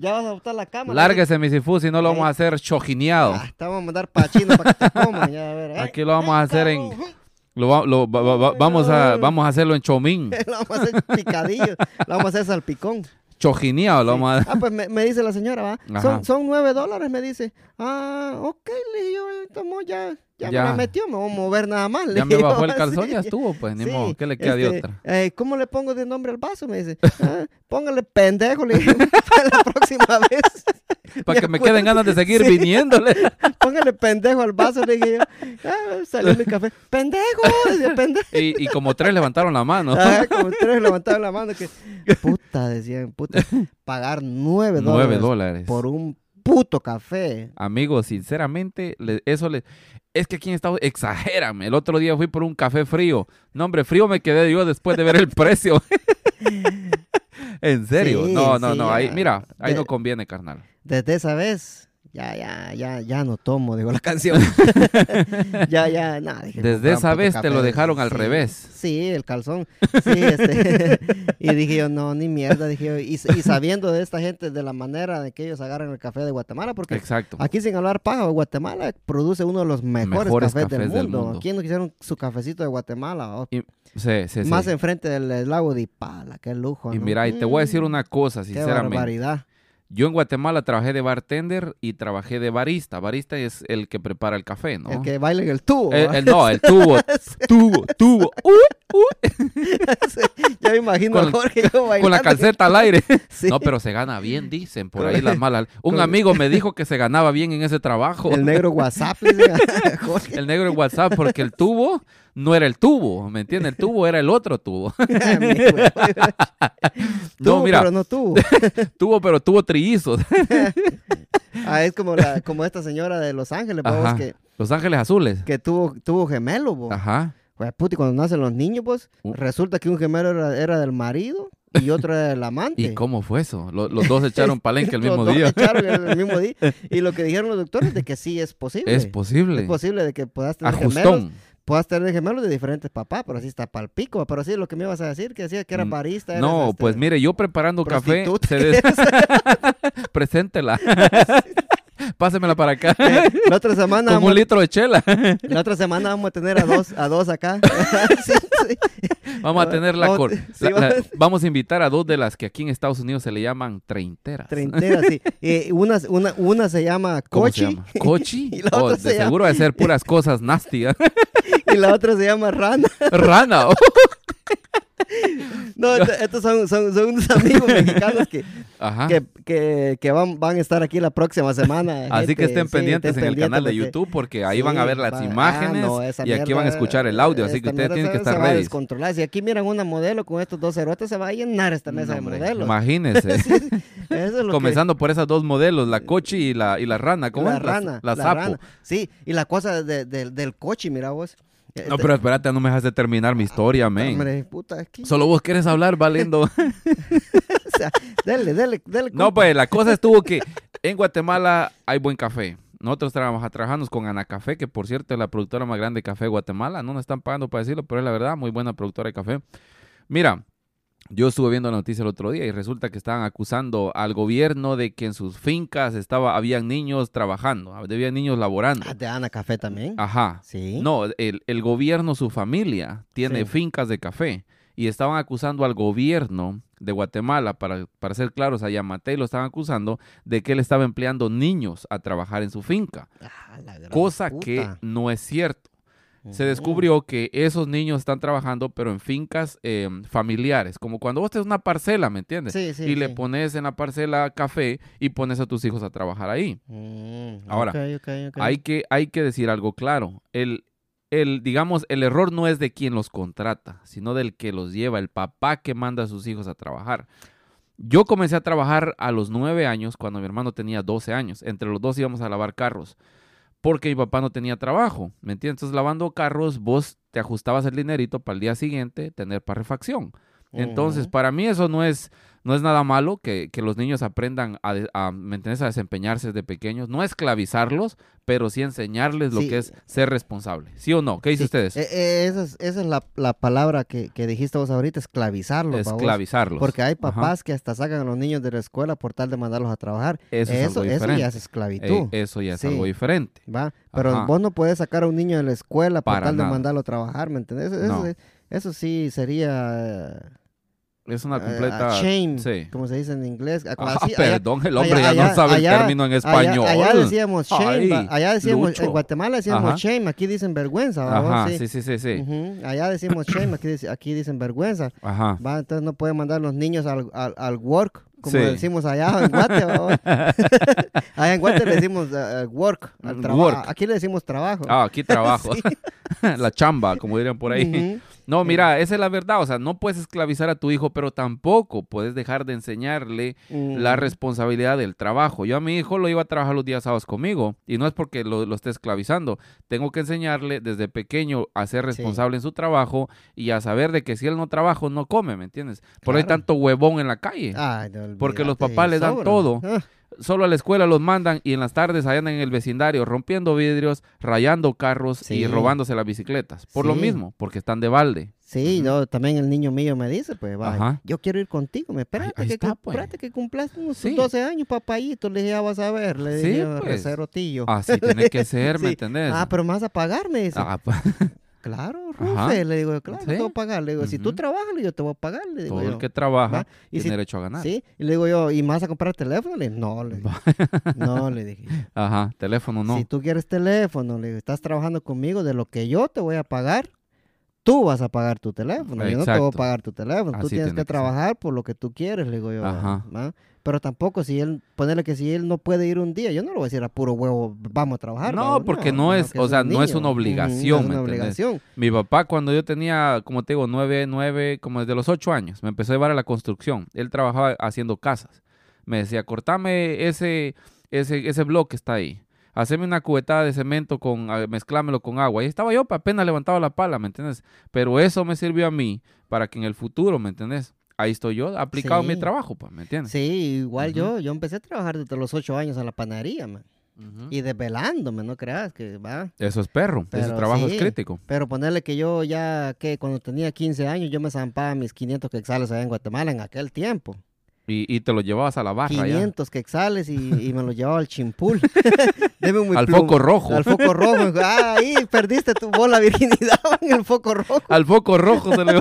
[SPEAKER 1] Ya vas a botar la cámara.
[SPEAKER 2] Lárguese, misifú, si no lo vamos a
[SPEAKER 1] Ahí.
[SPEAKER 2] hacer chojineado.
[SPEAKER 1] Ah, te vamos a mandar pa' China para que te coman, ya, a ver. eh,
[SPEAKER 2] Aquí lo vamos a
[SPEAKER 1] eh,
[SPEAKER 2] hacer en-
[SPEAKER 1] cabrón. [laughs] Eh.
[SPEAKER 2] Lo va- lo va- va- va- vamos, a, vamos a hacerlo
[SPEAKER 1] [laughs]
[SPEAKER 2] en chomín.
[SPEAKER 1] lo vamos a hacer picadillo, lo vamos a hacer salpicón.
[SPEAKER 2] Chojineado lo
[SPEAKER 1] Sí. [laughs]
[SPEAKER 2] vamos a...
[SPEAKER 1] Ah, pues me, me dice la señora,
[SPEAKER 2] Ajá.
[SPEAKER 1] ¿va? Son, son nueve dólares, me dice. Ah, ok, le dije yo, tomó ya, ya,
[SPEAKER 2] Ya.
[SPEAKER 1] me la metió, me voy a mover nada más. le
[SPEAKER 2] Ya me
[SPEAKER 1] digo [laughs]
[SPEAKER 2] bajó el
[SPEAKER 1] así.
[SPEAKER 2] calzón, ya estuvo, pues, ni
[SPEAKER 1] Sí,
[SPEAKER 2] modo. ¿Qué le queda de
[SPEAKER 1] este,
[SPEAKER 2] otra?
[SPEAKER 1] eh, ¿Cómo le pongo [laughs] de nombre al vaso? Me dice. Ah, póngale pendejo, le dije, para la próxima vez.
[SPEAKER 2] para que me queden ganas de seguir
[SPEAKER 1] Sí. [laughs]
[SPEAKER 2] viniéndole.
[SPEAKER 1] Póngale pendejo al vaso, le dije yo. Ah, salió mi café. ¡Pendejo! Decía, pendejo.
[SPEAKER 2] [laughs] Y, y como tres levantaron la mano.
[SPEAKER 1] Ajá, como tres levantaban la mano que puta decían puta pagar nueve
[SPEAKER 2] Nueve
[SPEAKER 1] dólares
[SPEAKER 2] dólares.
[SPEAKER 1] por un puto café
[SPEAKER 2] Amigos, sinceramente, le- eso le... Es que aquí en Estados Unidos, exagérame, el otro día fui por un café frío. No, hombre, frío me quedé yo después de ver el [laughs] precio. en serio,
[SPEAKER 1] Sí,
[SPEAKER 2] no, no,
[SPEAKER 1] sí,
[SPEAKER 2] no, ahí,
[SPEAKER 1] ya.
[SPEAKER 2] mira, ahí
[SPEAKER 1] De-
[SPEAKER 2] no conviene, carnal.
[SPEAKER 1] desde esa vez ya ya ya ya no tomo digo
[SPEAKER 2] [laughs]
[SPEAKER 1] la canción ya ya nada dije,
[SPEAKER 2] Desde
[SPEAKER 1] comprar un puto
[SPEAKER 2] esa vez te lo
[SPEAKER 1] café,
[SPEAKER 2] dejaron al
[SPEAKER 1] sí.
[SPEAKER 2] revés.
[SPEAKER 1] Sí, el calzón. Sí, este. [laughs] y dije yo, no, ni mierda. Dije yo, y, y sabiendo de esta gente, de la manera de que ellos agarran el café de Guatemala, porque
[SPEAKER 2] Exacto.
[SPEAKER 1] Aquí sin hablar paja, Guatemala produce uno de los mejores,
[SPEAKER 2] Mejores
[SPEAKER 1] cafés, del,
[SPEAKER 2] cafés del
[SPEAKER 1] mundo.
[SPEAKER 2] mundo.
[SPEAKER 1] ¿Quién no quisieron su cafecito de Guatemala? Oh,
[SPEAKER 2] Sí, sí, sí.
[SPEAKER 1] Más enfrente del, del lago de Ipala, qué lujo.
[SPEAKER 2] Y
[SPEAKER 1] ¿no?
[SPEAKER 2] mira, y te voy a decir
[SPEAKER 1] Mm,
[SPEAKER 2] una cosa,
[SPEAKER 1] Qué
[SPEAKER 2] sinceramente.
[SPEAKER 1] barbaridad.
[SPEAKER 2] Yo en Guatemala trabajé de bartender y trabajé de barista. Barista es el que prepara el café, ¿no? Eh,
[SPEAKER 1] El que baila en el tubo.
[SPEAKER 2] El-
[SPEAKER 1] ¿va?
[SPEAKER 2] el- no, el tubo, tubo, tubo. ¡uh!
[SPEAKER 1] [laughs] ya me imagino
[SPEAKER 2] con-
[SPEAKER 1] a Jorge yo bailando.
[SPEAKER 2] [laughs] con la
[SPEAKER 1] [laughs]
[SPEAKER 2] calceta al aire.
[SPEAKER 1] Sí.
[SPEAKER 2] No, pero se gana bien, dicen por
[SPEAKER 1] Con-
[SPEAKER 2] ahí
[SPEAKER 1] [laughs]
[SPEAKER 2] las malas. Un
[SPEAKER 1] con-
[SPEAKER 2] amigo me dijo que se ganaba bien en ese trabajo.
[SPEAKER 1] El negro WhatsApp. dice, [laughs] Jorge.
[SPEAKER 2] [laughs] El negro en WhatsApp, porque el tubo no era el tubo, ¿me entiendes? El tubo era el otro tubo. [laughs]
[SPEAKER 1] [laughs] Tuvo,
[SPEAKER 2] No, mira,
[SPEAKER 1] pero no
[SPEAKER 2] [laughs]
[SPEAKER 1] tuvo.
[SPEAKER 2] tubo, pero tuvo trillizos.
[SPEAKER 1] Ah, es como, la, como esta señora de Los Ángeles, ¿va?
[SPEAKER 2] Ajá.
[SPEAKER 1] que,
[SPEAKER 2] [laughs] Los Ángeles Azules.
[SPEAKER 1] que tuvo, tuvo gemelo. ¿va?
[SPEAKER 2] Ajá.
[SPEAKER 1] Pues, puta, y cuando nacen los niños, pues,
[SPEAKER 2] Uh.
[SPEAKER 1] resulta que un gemelo era, era del marido y otro era del amante.
[SPEAKER 2] ¿Y cómo fue eso? Lo- los
[SPEAKER 1] [laughs]
[SPEAKER 2] dos echaron palenque el
[SPEAKER 1] Los
[SPEAKER 2] mismo
[SPEAKER 1] dos
[SPEAKER 2] día.
[SPEAKER 1] echaron el mismo día. Y lo que dijeron los doctores de que sí es posible.
[SPEAKER 2] [laughs] Es
[SPEAKER 1] Es
[SPEAKER 2] posible.
[SPEAKER 1] posible de que puedas tener gemelos.
[SPEAKER 2] Ajustón.
[SPEAKER 1] Puedas tener gemelos de diferentes papás, pero así está palpico. Pero sí, lo que me ibas a decir, que decía que era
[SPEAKER 2] Mm,
[SPEAKER 1] barista. eres,
[SPEAKER 2] No,
[SPEAKER 1] este,
[SPEAKER 2] pues mire, yo preparando café,
[SPEAKER 1] prostituta,
[SPEAKER 2] se
[SPEAKER 1] [laughs]
[SPEAKER 2] des- [laughs] preséntela. Pásemela
[SPEAKER 1] [laughs]
[SPEAKER 2] para acá.
[SPEAKER 1] la otra semana
[SPEAKER 2] Como un
[SPEAKER 1] vamos,
[SPEAKER 2] litro de chela.
[SPEAKER 1] la otra semana vamos a tener a dos, a dos acá. [laughs] Sí, sí.
[SPEAKER 2] Vamos a
[SPEAKER 1] Ah,
[SPEAKER 2] tener la,
[SPEAKER 1] vamos-
[SPEAKER 2] cor-
[SPEAKER 1] sí,
[SPEAKER 2] la- la-
[SPEAKER 1] vamos-
[SPEAKER 2] Vamos a invitar a dos de las que aquí en Estados Unidos se le llaman treinteras.
[SPEAKER 1] Treinteras, sí. Y una, una, una se llama
[SPEAKER 2] ¿Cómo
[SPEAKER 1] Cochi.
[SPEAKER 2] se llama? ¿Cochi?
[SPEAKER 1] [laughs] Y la
[SPEAKER 2] Oh,
[SPEAKER 1] otra
[SPEAKER 2] de
[SPEAKER 1] se llama-
[SPEAKER 2] seguro de ser puras cosas nasty. ¿eh? [laughs]
[SPEAKER 1] y la otra se llama Rana. [laughs]
[SPEAKER 2] Rana. oh. [laughs]
[SPEAKER 1] No, est- estos son, son, son unos amigos mexicanos que,
[SPEAKER 2] Ajá.
[SPEAKER 1] que, que, que van, van a estar aquí la próxima semana.
[SPEAKER 2] Así que
[SPEAKER 1] gente.
[SPEAKER 2] estén
[SPEAKER 1] este, Sí,
[SPEAKER 2] pendientes en
[SPEAKER 1] estén
[SPEAKER 2] el canal de
[SPEAKER 1] pendientes
[SPEAKER 2] YouTube porque ahí
[SPEAKER 1] Sí,
[SPEAKER 2] van a ver las
[SPEAKER 1] va- ah,
[SPEAKER 2] imágenes
[SPEAKER 1] no, esa
[SPEAKER 2] y aquí van a
[SPEAKER 1] mierda,
[SPEAKER 2] escuchar el audio. Así
[SPEAKER 1] esta
[SPEAKER 2] que ustedes
[SPEAKER 1] mierda
[SPEAKER 2] tienen que
[SPEAKER 1] se- se
[SPEAKER 2] estar
[SPEAKER 1] va a
[SPEAKER 2] ready.
[SPEAKER 1] descontrolar. Si aquí miran una modelo con estos dos cerotes, se va a llenar esta mesa
[SPEAKER 2] No,
[SPEAKER 1] de
[SPEAKER 2] hombre,
[SPEAKER 1] modelos. [laughs]
[SPEAKER 2] Imagínense.
[SPEAKER 1] Eso es lo que-
[SPEAKER 2] Comenzando por esas dos modelos, la cochi y la, y la rana. ¿Cómo
[SPEAKER 1] la
[SPEAKER 2] es?
[SPEAKER 1] rana.
[SPEAKER 2] La,
[SPEAKER 1] la
[SPEAKER 2] sapo.
[SPEAKER 1] rana. Sí, y la cosa de- de- del coche, mira vos. Eh,
[SPEAKER 2] No,
[SPEAKER 1] te-
[SPEAKER 2] pero espérate, no me dejas de terminar mi historia, men.
[SPEAKER 1] Hombre, puta, aquí.
[SPEAKER 2] Solo vos querés hablar, valiendo.
[SPEAKER 1] o sea, dele, dele, dele.
[SPEAKER 2] No,
[SPEAKER 1] compa.
[SPEAKER 2] pues la cosa estuvo que en Guatemala hay buen café. Nosotros trabajamos, trabajamos con Ana Café, que por cierto es la productora más grande de café de Guatemala. No nos están pagando para decirlo, pero es la verdad, muy buena productora de café. Mira, yo estuve viendo la noticia el otro día y resulta que estaban acusando al gobierno de que en sus fincas estaba, habían niños trabajando, había niños laborando.
[SPEAKER 1] Ah, te dan a café también.
[SPEAKER 2] Ajá.
[SPEAKER 1] Sí.
[SPEAKER 2] No, el, el gobierno, su familia, tiene
[SPEAKER 1] Sí.
[SPEAKER 2] fincas de café y estaban acusando al gobierno de Guatemala, para, para ser claros, a Yamatei lo estaban acusando de que él estaba empleando niños a trabajar en su finca,
[SPEAKER 1] Ah, la gran
[SPEAKER 2] cosa
[SPEAKER 1] puta. Mm.
[SPEAKER 2] que no es cierto. Se
[SPEAKER 1] Ujú.
[SPEAKER 2] descubrió que esos niños están trabajando, pero en fincas eh, familiares, como cuando vos tenés una parcela, ¿me entiendes?
[SPEAKER 1] Sí, sí,
[SPEAKER 2] y le
[SPEAKER 1] sí.
[SPEAKER 2] pones en la parcela café y pones a tus hijos a trabajar ahí.
[SPEAKER 1] Mm,
[SPEAKER 2] Ahora,
[SPEAKER 1] ok, ok, ok.
[SPEAKER 2] Hay que, hay que decir algo claro. El, el, digamos, el error no es de quien los contrata, sino del que los lleva, el papá que manda a sus hijos a trabajar. Yo comencé a trabajar a los nueve años cuando mi hermano tenía 12 años. Entre los dos íbamos a lavar carros porque mi papá no tenía trabajo, ¿me entiendes? Entonces, lavando carros, vos te ajustabas el dinerito para el día siguiente tener para refacción.
[SPEAKER 1] Mm,
[SPEAKER 2] Entonces,
[SPEAKER 1] Ujú.
[SPEAKER 2] para mí eso no es, no es nada malo que, que los niños aprendan a, de- a, ¿me entiendes? a desempeñarse desde pequeños, no esclavizarlos, pero sí enseñarles lo
[SPEAKER 1] Sí.
[SPEAKER 2] que es ser responsable. ¿Sí o no? ¿Qué dicen
[SPEAKER 1] Sí,
[SPEAKER 2] ustedes?
[SPEAKER 1] eh, eh, esa es, esa es la, la palabra que, que dijiste vos ahorita, esclavizarlos. babos.
[SPEAKER 2] esclavizarlos.
[SPEAKER 1] Porque hay
[SPEAKER 2] Ajá.
[SPEAKER 1] papás que hasta sacan a los niños de la escuela por tal de mandarlos a trabajar.
[SPEAKER 2] Eso es algo diferente.
[SPEAKER 1] ya es esclavitud.
[SPEAKER 2] Ey, eso ya es
[SPEAKER 1] Sí.
[SPEAKER 2] algo diferente.
[SPEAKER 1] ¿va? Pero
[SPEAKER 2] Ajá.
[SPEAKER 1] vos no puedes sacar a un niño de la escuela por
[SPEAKER 2] Para
[SPEAKER 1] tal
[SPEAKER 2] nada.
[SPEAKER 1] de mandarlo a trabajar, ¿me entendés? Eso, eso-
[SPEAKER 2] No.
[SPEAKER 1] eso sí sería eh,
[SPEAKER 2] Es una
[SPEAKER 1] eh,
[SPEAKER 2] completa...
[SPEAKER 1] a shame,
[SPEAKER 2] sí.
[SPEAKER 1] como se dice en inglés. Ah,
[SPEAKER 2] Ah,
[SPEAKER 1] así, allá-
[SPEAKER 2] perdón, el hombre
[SPEAKER 1] allá-
[SPEAKER 2] ya
[SPEAKER 1] allá-
[SPEAKER 2] no sabe
[SPEAKER 1] allá-
[SPEAKER 2] el término en
[SPEAKER 1] Allá-
[SPEAKER 2] español.
[SPEAKER 1] Allá, decíamos shame, va-
[SPEAKER 2] Ay,
[SPEAKER 1] allá decíamos,
[SPEAKER 2] Lucho.
[SPEAKER 1] en Guatemala decíamos
[SPEAKER 2] Ajá.
[SPEAKER 1] shame, aquí dicen vergüenza, ¿va vos?
[SPEAKER 2] Ajá,
[SPEAKER 1] Sí.
[SPEAKER 2] sí, sí, sí, sí.
[SPEAKER 1] Ujú, Allá decimos shame, aquí, dice- aquí dicen vergüenza.
[SPEAKER 2] Ajá.
[SPEAKER 1] Va, entonces no pueden mandar los niños al, al, al work, como
[SPEAKER 2] Sí.
[SPEAKER 1] decimos allá en Guate. ¿va?
[SPEAKER 2] [laughs]
[SPEAKER 1] allá en Guate le decimos eh, work, al trabajo.
[SPEAKER 2] Work.
[SPEAKER 1] Aquí le decimos trabajo.
[SPEAKER 2] Ah,
[SPEAKER 1] [laughs]
[SPEAKER 2] aquí trabajo. [laughs] la chamba, como dirían por ahí.
[SPEAKER 1] Ujú.
[SPEAKER 2] No,
[SPEAKER 1] Sí.
[SPEAKER 2] mira, esa es la verdad. O sea, no puedes esclavizar a tu hijo, pero tampoco puedes dejar de enseñarle
[SPEAKER 1] Mm.
[SPEAKER 2] la responsabilidad del trabajo. Yo a mi hijo lo iba a trabajar los días sábados conmigo y no es porque lo, lo esté esclavizando. Tengo que enseñarle desde pequeño a ser responsable en su trabajo y a saber de que si él no trabaja, no come, ¿me entiendes? Por ahí
[SPEAKER 1] Claro.
[SPEAKER 2] tanto huevón en la calle.
[SPEAKER 1] Ay, no,
[SPEAKER 2] Porque los
[SPEAKER 1] olvídate,
[SPEAKER 2] papás les dan
[SPEAKER 1] sobran.
[SPEAKER 2] todo.
[SPEAKER 1] Ah,
[SPEAKER 2] Solo a la escuela los mandan y en las tardes allá andan en el vecindario rompiendo vidrios, rayando carros
[SPEAKER 1] Sí.
[SPEAKER 2] y robándose las bicicletas. Por lo
[SPEAKER 1] Sí.
[SPEAKER 2] mismo, porque están de balde.
[SPEAKER 1] Sí,
[SPEAKER 2] Ujú.
[SPEAKER 1] no, también el niño mío me dice, pues, va,
[SPEAKER 2] Mm. Ajá.
[SPEAKER 1] yo quiero ir contigo, me espérate,
[SPEAKER 2] ahí
[SPEAKER 1] que,
[SPEAKER 2] está,
[SPEAKER 1] cum-
[SPEAKER 2] pues.
[SPEAKER 1] espérate que cumplas unos
[SPEAKER 2] Sí.
[SPEAKER 1] 12 años, papayito, le dije, ya vas a ver, le
[SPEAKER 2] Sí,
[SPEAKER 1] dije, yo,
[SPEAKER 2] pues.
[SPEAKER 1] "Recero, tío".
[SPEAKER 2] Así
[SPEAKER 1] [laughs]
[SPEAKER 2] tiene que ser, ¿me
[SPEAKER 1] Sí.
[SPEAKER 2] entendés?
[SPEAKER 1] Ah, pero me vas a pagar, me dice.
[SPEAKER 2] Ah, pues,
[SPEAKER 1] Claro,
[SPEAKER 2] Ajá.
[SPEAKER 1] Rufe, le digo, claro, yo te
[SPEAKER 2] Sí.
[SPEAKER 1] voy a pagar, le digo, si tú
[SPEAKER 2] Ujú.
[SPEAKER 1] trabajas, le digo, te voy a pagar, le digo
[SPEAKER 2] todo el
[SPEAKER 1] yo.
[SPEAKER 2] que trabaja
[SPEAKER 1] va, Y
[SPEAKER 2] tiene
[SPEAKER 1] si-
[SPEAKER 2] derecho a ganar.
[SPEAKER 1] sí, y le digo yo, ¿y me vas a comprar teléfono? Le dije, no, le
[SPEAKER 2] [laughs]
[SPEAKER 1] dije, no, le dije,
[SPEAKER 2] Ajá, teléfono no.
[SPEAKER 1] si tú quieres teléfono, le digo, estás trabajando conmigo, de lo que yo te voy a pagar, tú vas a pagar tu teléfono, yo no te voy a
[SPEAKER 2] Exacto.
[SPEAKER 1] pagar tu teléfono, tú
[SPEAKER 2] Así
[SPEAKER 1] tienes
[SPEAKER 2] tiene
[SPEAKER 1] que
[SPEAKER 2] que ser.
[SPEAKER 1] trabajar por lo que tú quieres, le digo yo.
[SPEAKER 2] Ajá.
[SPEAKER 1] ¿va? Pero tampoco, si él, ponerle que si él no puede ir un día, yo no le voy a decir a puro huevo, vamos a trabajar.
[SPEAKER 2] No,
[SPEAKER 1] vamos",
[SPEAKER 2] porque no es-
[SPEAKER 1] porque
[SPEAKER 2] o sea,
[SPEAKER 1] un
[SPEAKER 2] no es una
[SPEAKER 1] niño. Ujú,
[SPEAKER 2] obligación,
[SPEAKER 1] no
[SPEAKER 2] ¿me
[SPEAKER 1] es una
[SPEAKER 2] entendés?
[SPEAKER 1] obligación.
[SPEAKER 2] Mi papá cuando yo tenía, como te digo, nueve, nueve, como desde los ocho años, me empezó a llevar a la construcción. Él trabajaba haciendo casas. Me decía, cortame ese, ese, ese bloque que está ahí. Haceme una cubetada de cemento con, ah, mezclámelo con agua. Y estaba yo, pa- apenas levantaba la pala, ¿me entiendes? Pero eso me sirvió a mí para que en el futuro, ¿me entiendes? Ahí estoy yo, aplicado en mi
[SPEAKER 1] Sí.
[SPEAKER 2] trabajo, pues, ¿me entiendes?
[SPEAKER 1] Sí, igual
[SPEAKER 2] Ujú.
[SPEAKER 1] yo, yo empecé a trabajar desde los ocho años en la panadería, man,
[SPEAKER 2] Ujú.
[SPEAKER 1] y desvelándome, no creas que va.
[SPEAKER 2] Eso es perro, ese
[SPEAKER 1] Pero
[SPEAKER 2] trabajo
[SPEAKER 1] sí.
[SPEAKER 2] es crítico.
[SPEAKER 1] Pero ponerle que yo ya, que cuando tenía 15 años, yo me zampaba mis 500 quexales allá en Guatemala en aquel tiempo.
[SPEAKER 2] Y, y te lo llevabas a la barra ya.
[SPEAKER 1] 500 quexales y, y me los llevaba al
[SPEAKER 2] [laughs]
[SPEAKER 1] chimpul. Deme un
[SPEAKER 2] Al
[SPEAKER 1] plum-
[SPEAKER 2] foco rojo.
[SPEAKER 1] Al foco
[SPEAKER 2] [laughs]
[SPEAKER 1] rojo. Ah, ahí perdiste tu bola virginidad [laughs] en el foco rojo.
[SPEAKER 2] Al foco rojo se le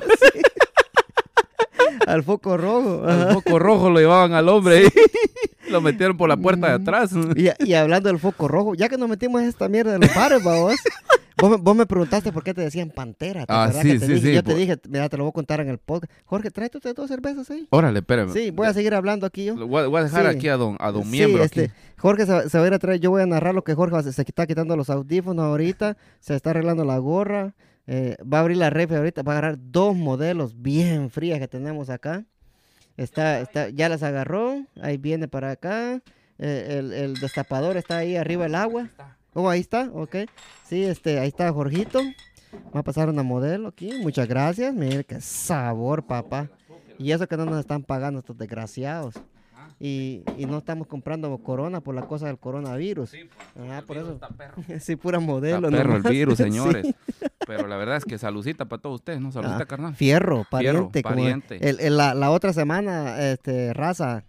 [SPEAKER 1] Al foco rojo.
[SPEAKER 2] Al
[SPEAKER 1] ajá.
[SPEAKER 2] foco rojo lo llevaban al hombre y [laughs] lo metieron por la puerta de atrás.
[SPEAKER 1] Mm. Y, y hablando del foco rojo, ya que nos metimos en esta mierda de los bares, va, vos. Vos me, vos me preguntaste por qué te decían pantera. ¿te
[SPEAKER 2] Ah,
[SPEAKER 1] acordás
[SPEAKER 2] sí,
[SPEAKER 1] que te
[SPEAKER 2] sí,
[SPEAKER 1] dije?
[SPEAKER 2] sí,
[SPEAKER 1] Yo te
[SPEAKER 2] por-
[SPEAKER 1] dije, mira, te lo voy a contar en el podcast. Jorge, trae tus dos cervezas ahí.
[SPEAKER 2] Órale, espérame.
[SPEAKER 1] Sí, voy a seguir hablando aquí yo.
[SPEAKER 2] Lo Voy a, voy a dejar
[SPEAKER 1] Sí.
[SPEAKER 2] aquí a don, a don
[SPEAKER 1] Sí,
[SPEAKER 2] miembro. aquí.
[SPEAKER 1] este, Jorge se, se va a ir a traer, yo voy a narrar lo que Jorge va a hacer. se está quitando los audífonos ahorita, se está arreglando la gorra, eh, va a abrir la refri ahorita, va a agarrar dos modelos bien frías que tenemos acá. Está, está, ya las agarró, ahí viene para acá, eh, el, el destapador está ahí arriba el agua. Oh, ahí está, ok. Sí, este, ahí está Jorgito. Va a pasar una modelo aquí. Muchas gracias. Mira qué sabor, papá. Y eso que no nos están pagando estos desgraciados y, y no estamos comprando corona por la cosa del coronavirus. Ajá, por eso. [laughs] Sí, pura
[SPEAKER 2] Está
[SPEAKER 1] modelo.
[SPEAKER 2] perro el
[SPEAKER 1] nomás. [laughs]
[SPEAKER 2] virus,
[SPEAKER 1] Sí.
[SPEAKER 2] señores. Pero la verdad es que salucita para todos ustedes, ¿no? Salucita,
[SPEAKER 1] Ah,
[SPEAKER 2] carnal.
[SPEAKER 1] Fierro,
[SPEAKER 2] Fierro,
[SPEAKER 1] pariente. como
[SPEAKER 2] pariente.
[SPEAKER 1] el- el- la, la otra semana, este, raza,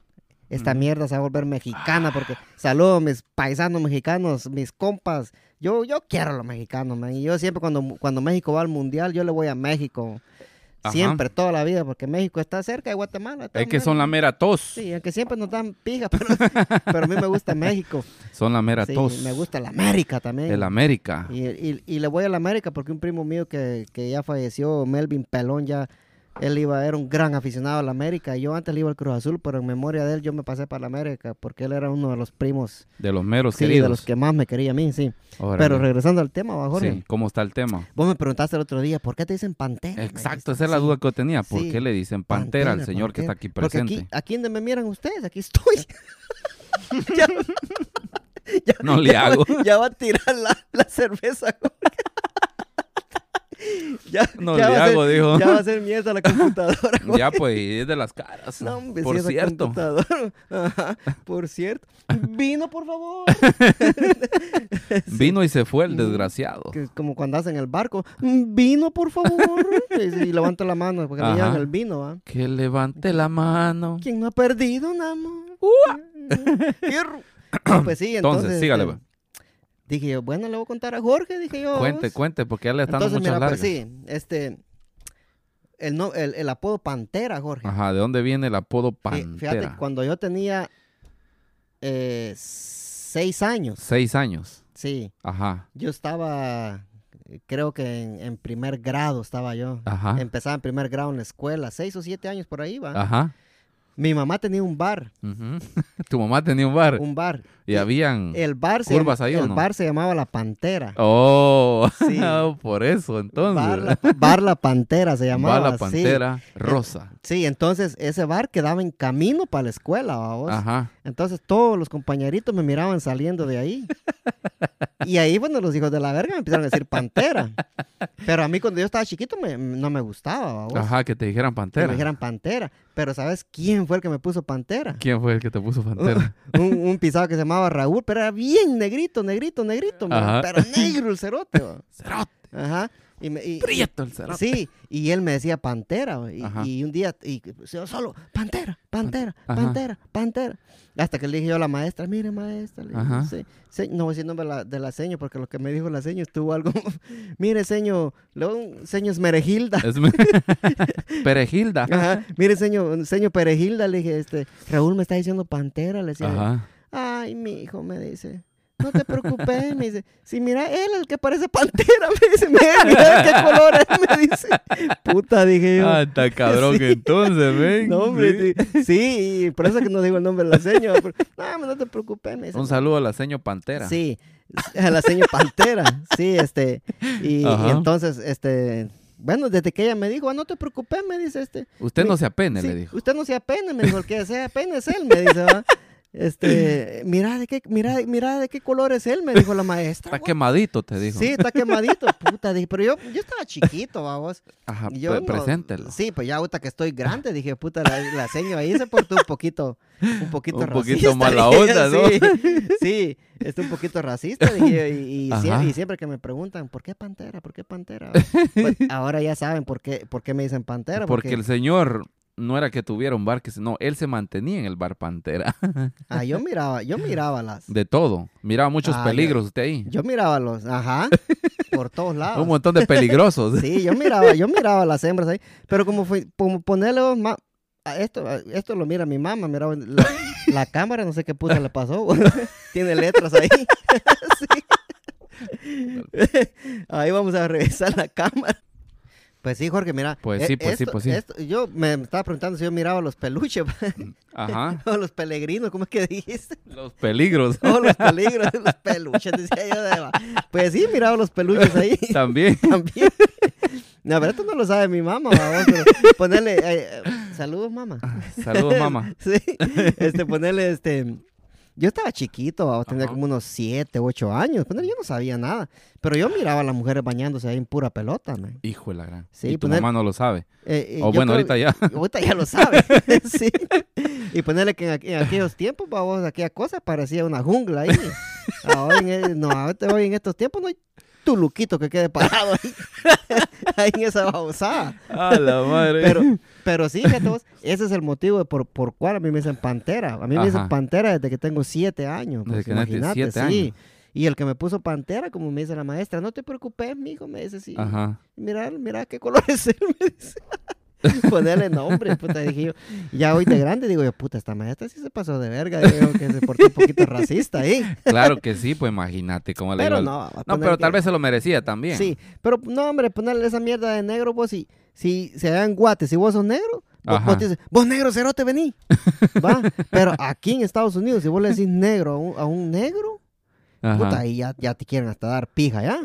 [SPEAKER 1] esta
[SPEAKER 2] Ujú.
[SPEAKER 1] mierda se va a volver mexicana porque saludo a mis paisanos mexicanos, mis compas. Yo, yo quiero a los mexicanos, man. Y yo siempre cuando, cuando México va al mundial, yo le voy a México.
[SPEAKER 2] Ajá.
[SPEAKER 1] Siempre, toda la vida, porque México está cerca de Guatemala. de todas
[SPEAKER 2] Es que
[SPEAKER 1] maneras.
[SPEAKER 2] son la mera tos.
[SPEAKER 1] Sí, aunque siempre nos dan pija, [laughs] pero, pero a mí me gusta México.
[SPEAKER 2] Son la mera
[SPEAKER 1] Sí,
[SPEAKER 2] tos.
[SPEAKER 1] me gusta eh. la América también.
[SPEAKER 2] El América.
[SPEAKER 1] Y, y- y le voy a la América porque un primo mío que, que ya falleció, Melvin Pelón, ya él iba, era un gran aficionado a la América. Yo antes le iba al Cruz Azul, pero en memoria de él yo me pasé para la América porque él era uno de los primos
[SPEAKER 2] De los meros
[SPEAKER 1] sí,
[SPEAKER 2] queridos.
[SPEAKER 1] de los que más me quería a mí, sí.
[SPEAKER 2] Órale.
[SPEAKER 1] Pero regresando al tema, va, Jorge.
[SPEAKER 2] Sí, ¿Cómo está el tema?
[SPEAKER 1] Vos me preguntaste el otro día, ¿por qué te dicen pantera? Eh, me dijiste?
[SPEAKER 2] Exacto, esa es la
[SPEAKER 1] Sí,
[SPEAKER 2] duda que yo tenía. ¿Por
[SPEAKER 1] Sí.
[SPEAKER 2] qué le dicen pantera, al
[SPEAKER 1] pantera,
[SPEAKER 2] señor que está
[SPEAKER 1] pantera.
[SPEAKER 2] aquí
[SPEAKER 1] Porque
[SPEAKER 2] presente?
[SPEAKER 1] [laughs] aquí, aquí donde me miran ustedes, aquí estoy.
[SPEAKER 2] [laughs]
[SPEAKER 1] ya, ya-
[SPEAKER 2] No le
[SPEAKER 1] ya
[SPEAKER 2] hago.
[SPEAKER 1] Va, ya va a tirar la, la cerveza. Jorge. ya,
[SPEAKER 2] No
[SPEAKER 1] ya
[SPEAKER 2] le
[SPEAKER 1] va a ser-
[SPEAKER 2] hago, dijo.
[SPEAKER 1] Ya va a ser mierda la
[SPEAKER 2] [laughs]
[SPEAKER 1] computadora. Jorge.
[SPEAKER 2] Ya, pues, y es de las caras.
[SPEAKER 1] No, hombre,
[SPEAKER 2] Por
[SPEAKER 1] si esa
[SPEAKER 2] cierto. [laughs]
[SPEAKER 1] computadora. Ajá, por cierto. Vino, por favor.
[SPEAKER 2] Vino y se fue el
[SPEAKER 1] Ujú.
[SPEAKER 2] desgraciado.
[SPEAKER 1] Mm. Que es como cuando hacen el barco. Vino, por
[SPEAKER 2] [laughs]
[SPEAKER 1] favor. Y, y levanta la mano porque le
[SPEAKER 2] Ajá.
[SPEAKER 1] llevan el vino. ¿va?
[SPEAKER 2] Que levante la mano.
[SPEAKER 1] ¿Quién no ha perdido, Namo? [laughs] Fierro. No, pues sí, entonces.
[SPEAKER 2] Entonces, sígale.
[SPEAKER 1] este,
[SPEAKER 2] pues.
[SPEAKER 1] Dije yo, bueno, le voy a contar a Jorge, dije yo.
[SPEAKER 2] Cuente,
[SPEAKER 1] vamos.
[SPEAKER 2] cuente, porque ya le están dando
[SPEAKER 1] Entonces,
[SPEAKER 2] muchas
[SPEAKER 1] mira, pues
[SPEAKER 2] largas.
[SPEAKER 1] sí, este. El, no, el, el apodo Pantera, Jorge.
[SPEAKER 2] Ajá, ¿de dónde viene el apodo
[SPEAKER 1] Fí- Fíjate,
[SPEAKER 2] Ah, Pantera?
[SPEAKER 1] cuando yo tenía eh, seis años,
[SPEAKER 2] Seis años.
[SPEAKER 1] sí,
[SPEAKER 2] Ajá,
[SPEAKER 1] yo estaba, creo que en, en primer grado estaba yo.
[SPEAKER 2] ajá, Ah.
[SPEAKER 1] Empezaba en primer grado en la escuela, seis o siete años por ahí, va.
[SPEAKER 2] ajá.
[SPEAKER 1] Mi mamá tenía un bar,
[SPEAKER 2] Ujú. [laughs] Tu mamá tenía un bar
[SPEAKER 1] un bar.
[SPEAKER 2] y habían...
[SPEAKER 1] El bar se,
[SPEAKER 2] ¿Curvas ahí o
[SPEAKER 1] el
[SPEAKER 2] no?
[SPEAKER 1] bar se llamaba La Pantera.
[SPEAKER 2] Oh, [laughs]
[SPEAKER 1] Sí.
[SPEAKER 2] por eso entonces.
[SPEAKER 1] Bar la, Bar La Pantera
[SPEAKER 2] [laughs]
[SPEAKER 1] se
[SPEAKER 2] Va
[SPEAKER 1] llamaba.
[SPEAKER 2] la
[SPEAKER 1] sí.
[SPEAKER 2] pantera rosa.
[SPEAKER 1] Sí, entonces ese bar quedaba en camino para la escuela, vamos.
[SPEAKER 2] Ajá.
[SPEAKER 1] Entonces todos los compañeritos me miraban saliendo de ahí. Y ahí, bueno, los hijos de la verga me empezaron a decir pantera. Pero a mí cuando yo estaba chiquito me- no me gustaba, babos.
[SPEAKER 2] Ajá, que te dijeran
[SPEAKER 1] Que
[SPEAKER 2] pantera.
[SPEAKER 1] me dijeran pantera. Pero ¿sabes quién fue el que me puso pantera?
[SPEAKER 2] ¿Quién fue el que te puso [laughs] pantera?
[SPEAKER 1] Un, un pisado que se llamaba Raúl, pero era bien negrito, negrito, negrito. man.
[SPEAKER 2] Ajá.
[SPEAKER 1] Pero negro el cerote. man.
[SPEAKER 2] Cerote,
[SPEAKER 1] Ajá. Y me- y-
[SPEAKER 2] prieto el cerote.
[SPEAKER 1] Sí, y él me decía pantera. güey,
[SPEAKER 2] Ajá.
[SPEAKER 1] Y, y un día, y yo solo, pantera, pantera,
[SPEAKER 2] Ajá.
[SPEAKER 1] pantera, pantera. Hasta que le dije yo a la maestra, mire maestra, le dije,
[SPEAKER 2] Ajá.
[SPEAKER 1] "se- se- no voy a decir el nombre de la, de la seño, porque lo que me dijo la seño estuvo algo, [laughs] mire seño, luego, seño
[SPEAKER 2] [laughs]
[SPEAKER 1] Esmerejilda.
[SPEAKER 2] Es mi- Perejilda.
[SPEAKER 1] Ajá, mire seño, seño Perejilda, le dije, este, Raúl me está diciendo pantera, le decía,
[SPEAKER 2] Ajá.
[SPEAKER 1] ay, mi hijo, me dice. No te preocupes, me dice. Si mira, él el que parece pantera, [laughs] me dice. Mira, mira qué color es, me dice. Puta, dije yo.
[SPEAKER 2] Ah, está cabrón
[SPEAKER 1] Sí.
[SPEAKER 2] entonces, ven.
[SPEAKER 1] No, hombre,
[SPEAKER 2] Sí.
[SPEAKER 1] sí. sí, y por eso que no digo el nombre de la seño. pero- no, no te preocupes, me dice.
[SPEAKER 2] Un saludo a la seño pantera.
[SPEAKER 1] Sí, a la seño Pantera. Sí, este. Y, y
[SPEAKER 2] Ajá.
[SPEAKER 1] entonces, este. Bueno, desde que ella me dijo, "Ah, no te preocupes, me dice este.
[SPEAKER 2] Usted no
[SPEAKER 1] Mi-
[SPEAKER 2] se apene,
[SPEAKER 1] "sí,
[SPEAKER 2] le dijo.
[SPEAKER 1] Usted no se apene, me dijo, el que sea apene es él, me dice. ¿va?
[SPEAKER 2] [clears throat]
[SPEAKER 1] Este, mira de qué, mira, mira de qué color es él, me dijo la maestra.
[SPEAKER 2] Está
[SPEAKER 1] güey.
[SPEAKER 2] quemadito, te dijo.
[SPEAKER 1] Sí, está
[SPEAKER 2] [laughs]
[SPEAKER 1] quemadito, puta, dije, pero yo, yo estaba chiquito, vamos.
[SPEAKER 2] Ajá,
[SPEAKER 1] Y yo
[SPEAKER 2] Ah,
[SPEAKER 1] no-
[SPEAKER 2] pre- preséntelo.
[SPEAKER 1] Sí, pues ya ahorita que estoy grande, dije, puta, la, la seño ahí se portó un poquito, un poquito
[SPEAKER 2] Un
[SPEAKER 1] racista.
[SPEAKER 2] poquito mala
[SPEAKER 1] dije,
[SPEAKER 2] onda, ¿no?
[SPEAKER 1] Sí, sí, está un poquito racista, dije, y, y sie- y
[SPEAKER 2] [laughs] Ajá.
[SPEAKER 1] siempre, que me preguntan, ¿por qué pantera? ¿Por qué
[SPEAKER 2] [laughs]
[SPEAKER 1] pantera? Pues, ahora ya saben por qué, por qué me dicen pantera.
[SPEAKER 2] Porque
[SPEAKER 1] Porque,
[SPEAKER 2] el señor no era que tuviera un bar que se... No, él se mantenía en el bar pantera. [laughs]
[SPEAKER 1] ah, yo miraba, yo miraba las,
[SPEAKER 2] De todo. Miraba muchos
[SPEAKER 1] Ah, ya.
[SPEAKER 2] peligros usted ahí.
[SPEAKER 1] yo miraba los,
[SPEAKER 2] [laughs]
[SPEAKER 1] ajá, por todos lados.
[SPEAKER 2] Un montón de peligrosos.
[SPEAKER 1] Ah. [laughs] Sí, yo miraba, yo miraba las hembras ahí, pero como fue, como ponerle vos ma- a esto, a esto lo mira mi mamá, mira la,
[SPEAKER 2] [laughs]
[SPEAKER 1] la cámara, no sé qué puta le pasó, [laughs] tiene letras ahí. [laughs]
[SPEAKER 2] [laughs]
[SPEAKER 1] Sí. Ahí vamos a revisar la cámara. Pues sí, Jorge, mira.
[SPEAKER 2] Pues
[SPEAKER 1] e-
[SPEAKER 2] sí, pues sí,
[SPEAKER 1] esto-
[SPEAKER 2] pues sí.
[SPEAKER 1] esto- yo me estaba preguntando si yo miraba los peluches [laughs]
[SPEAKER 2] Ajá.
[SPEAKER 1] o los peregrinos, ¿cómo es que dijiste?
[SPEAKER 2] Los
[SPEAKER 1] [laughs]
[SPEAKER 2] peligros
[SPEAKER 1] O los peligros, los peluches, decía yo. de- Pues sí, miraba los peluches
[SPEAKER 2] [laughs]
[SPEAKER 1] ahí [laughs]
[SPEAKER 2] también.
[SPEAKER 1] también. La verdad, esto no lo sabe mi mamá, babos, pero ponerle. eh, eh, saludos, mamá.
[SPEAKER 2] Saludos, mamá.
[SPEAKER 1] [laughs] Sí, este, ponerle este. Yo estaba chiquito, babos, tenía
[SPEAKER 2] Ajá.
[SPEAKER 1] como unos 7, 8 años. Ponele, yo no sabía nada. Pero yo miraba a las mujeres bañándose ahí en pura pelota, man.
[SPEAKER 2] Hijo de la gran.
[SPEAKER 1] Sí, pues,
[SPEAKER 2] y tu
[SPEAKER 1] poner-
[SPEAKER 2] mamá no lo sabe.
[SPEAKER 1] Eh, eh,
[SPEAKER 2] O
[SPEAKER 1] yo
[SPEAKER 2] bueno,
[SPEAKER 1] creo-
[SPEAKER 2] ahorita ya.
[SPEAKER 1] Ahorita ya lo sabe. [laughs] sí. Y ponerle que en, aqu- en aquellos tiempos, babos, aquella cosa parecía una jungla ahí. Ahora en el- no, ahorita hoy en estos tiempos no hay tuluquito que quede parado ahí, [laughs] ahí en esa babosada.
[SPEAKER 2] [laughs] A la madre.
[SPEAKER 1] Pero, pero sí, fíjate vos, ese es el motivo de por, por cual a mí me dicen pantera. A mí me
[SPEAKER 2] Ajá.
[SPEAKER 1] dicen pantera desde que tengo siete años.
[SPEAKER 2] Desde
[SPEAKER 1] pues,
[SPEAKER 2] que naciste,
[SPEAKER 1] imagínate,
[SPEAKER 2] siete
[SPEAKER 1] sí.
[SPEAKER 2] años.
[SPEAKER 1] Y el que me puso pantera, como me dice la maestra, no te preocupes, mijo, me dice sí.
[SPEAKER 2] Ajá.
[SPEAKER 1] Mira, mira qué color es él, me dice. [laughs] Ponerle nombre, puta, dije yo. Ya hoy de grande digo yo, puta, esta maestra sí se pasó de verga. Digo que se portó un poquito racista
[SPEAKER 2] [laughs]
[SPEAKER 1] ahí.
[SPEAKER 2] Claro que sí, pues imagínate cómo le
[SPEAKER 1] Pero
[SPEAKER 2] iba-
[SPEAKER 1] no. va a
[SPEAKER 2] No,
[SPEAKER 1] poner
[SPEAKER 2] pero
[SPEAKER 1] que-
[SPEAKER 2] tal vez se lo merecía también.
[SPEAKER 1] Sí, pero no, hombre, ponerle esa mierda de negro, vos, si, si se dan guates, si vos sos negro, vos,
[SPEAKER 2] Ajá.
[SPEAKER 1] vos te dices, vos negro, cerote,
[SPEAKER 2] [laughs]
[SPEAKER 1] vení. ¿Va? Pero aquí en Estados Unidos, si vos le decís negro a un, a un negro,
[SPEAKER 2] Ajá.
[SPEAKER 1] puta, ahí ya, ya te quieren hasta dar pija,
[SPEAKER 2] [laughs]
[SPEAKER 1] ¿ya?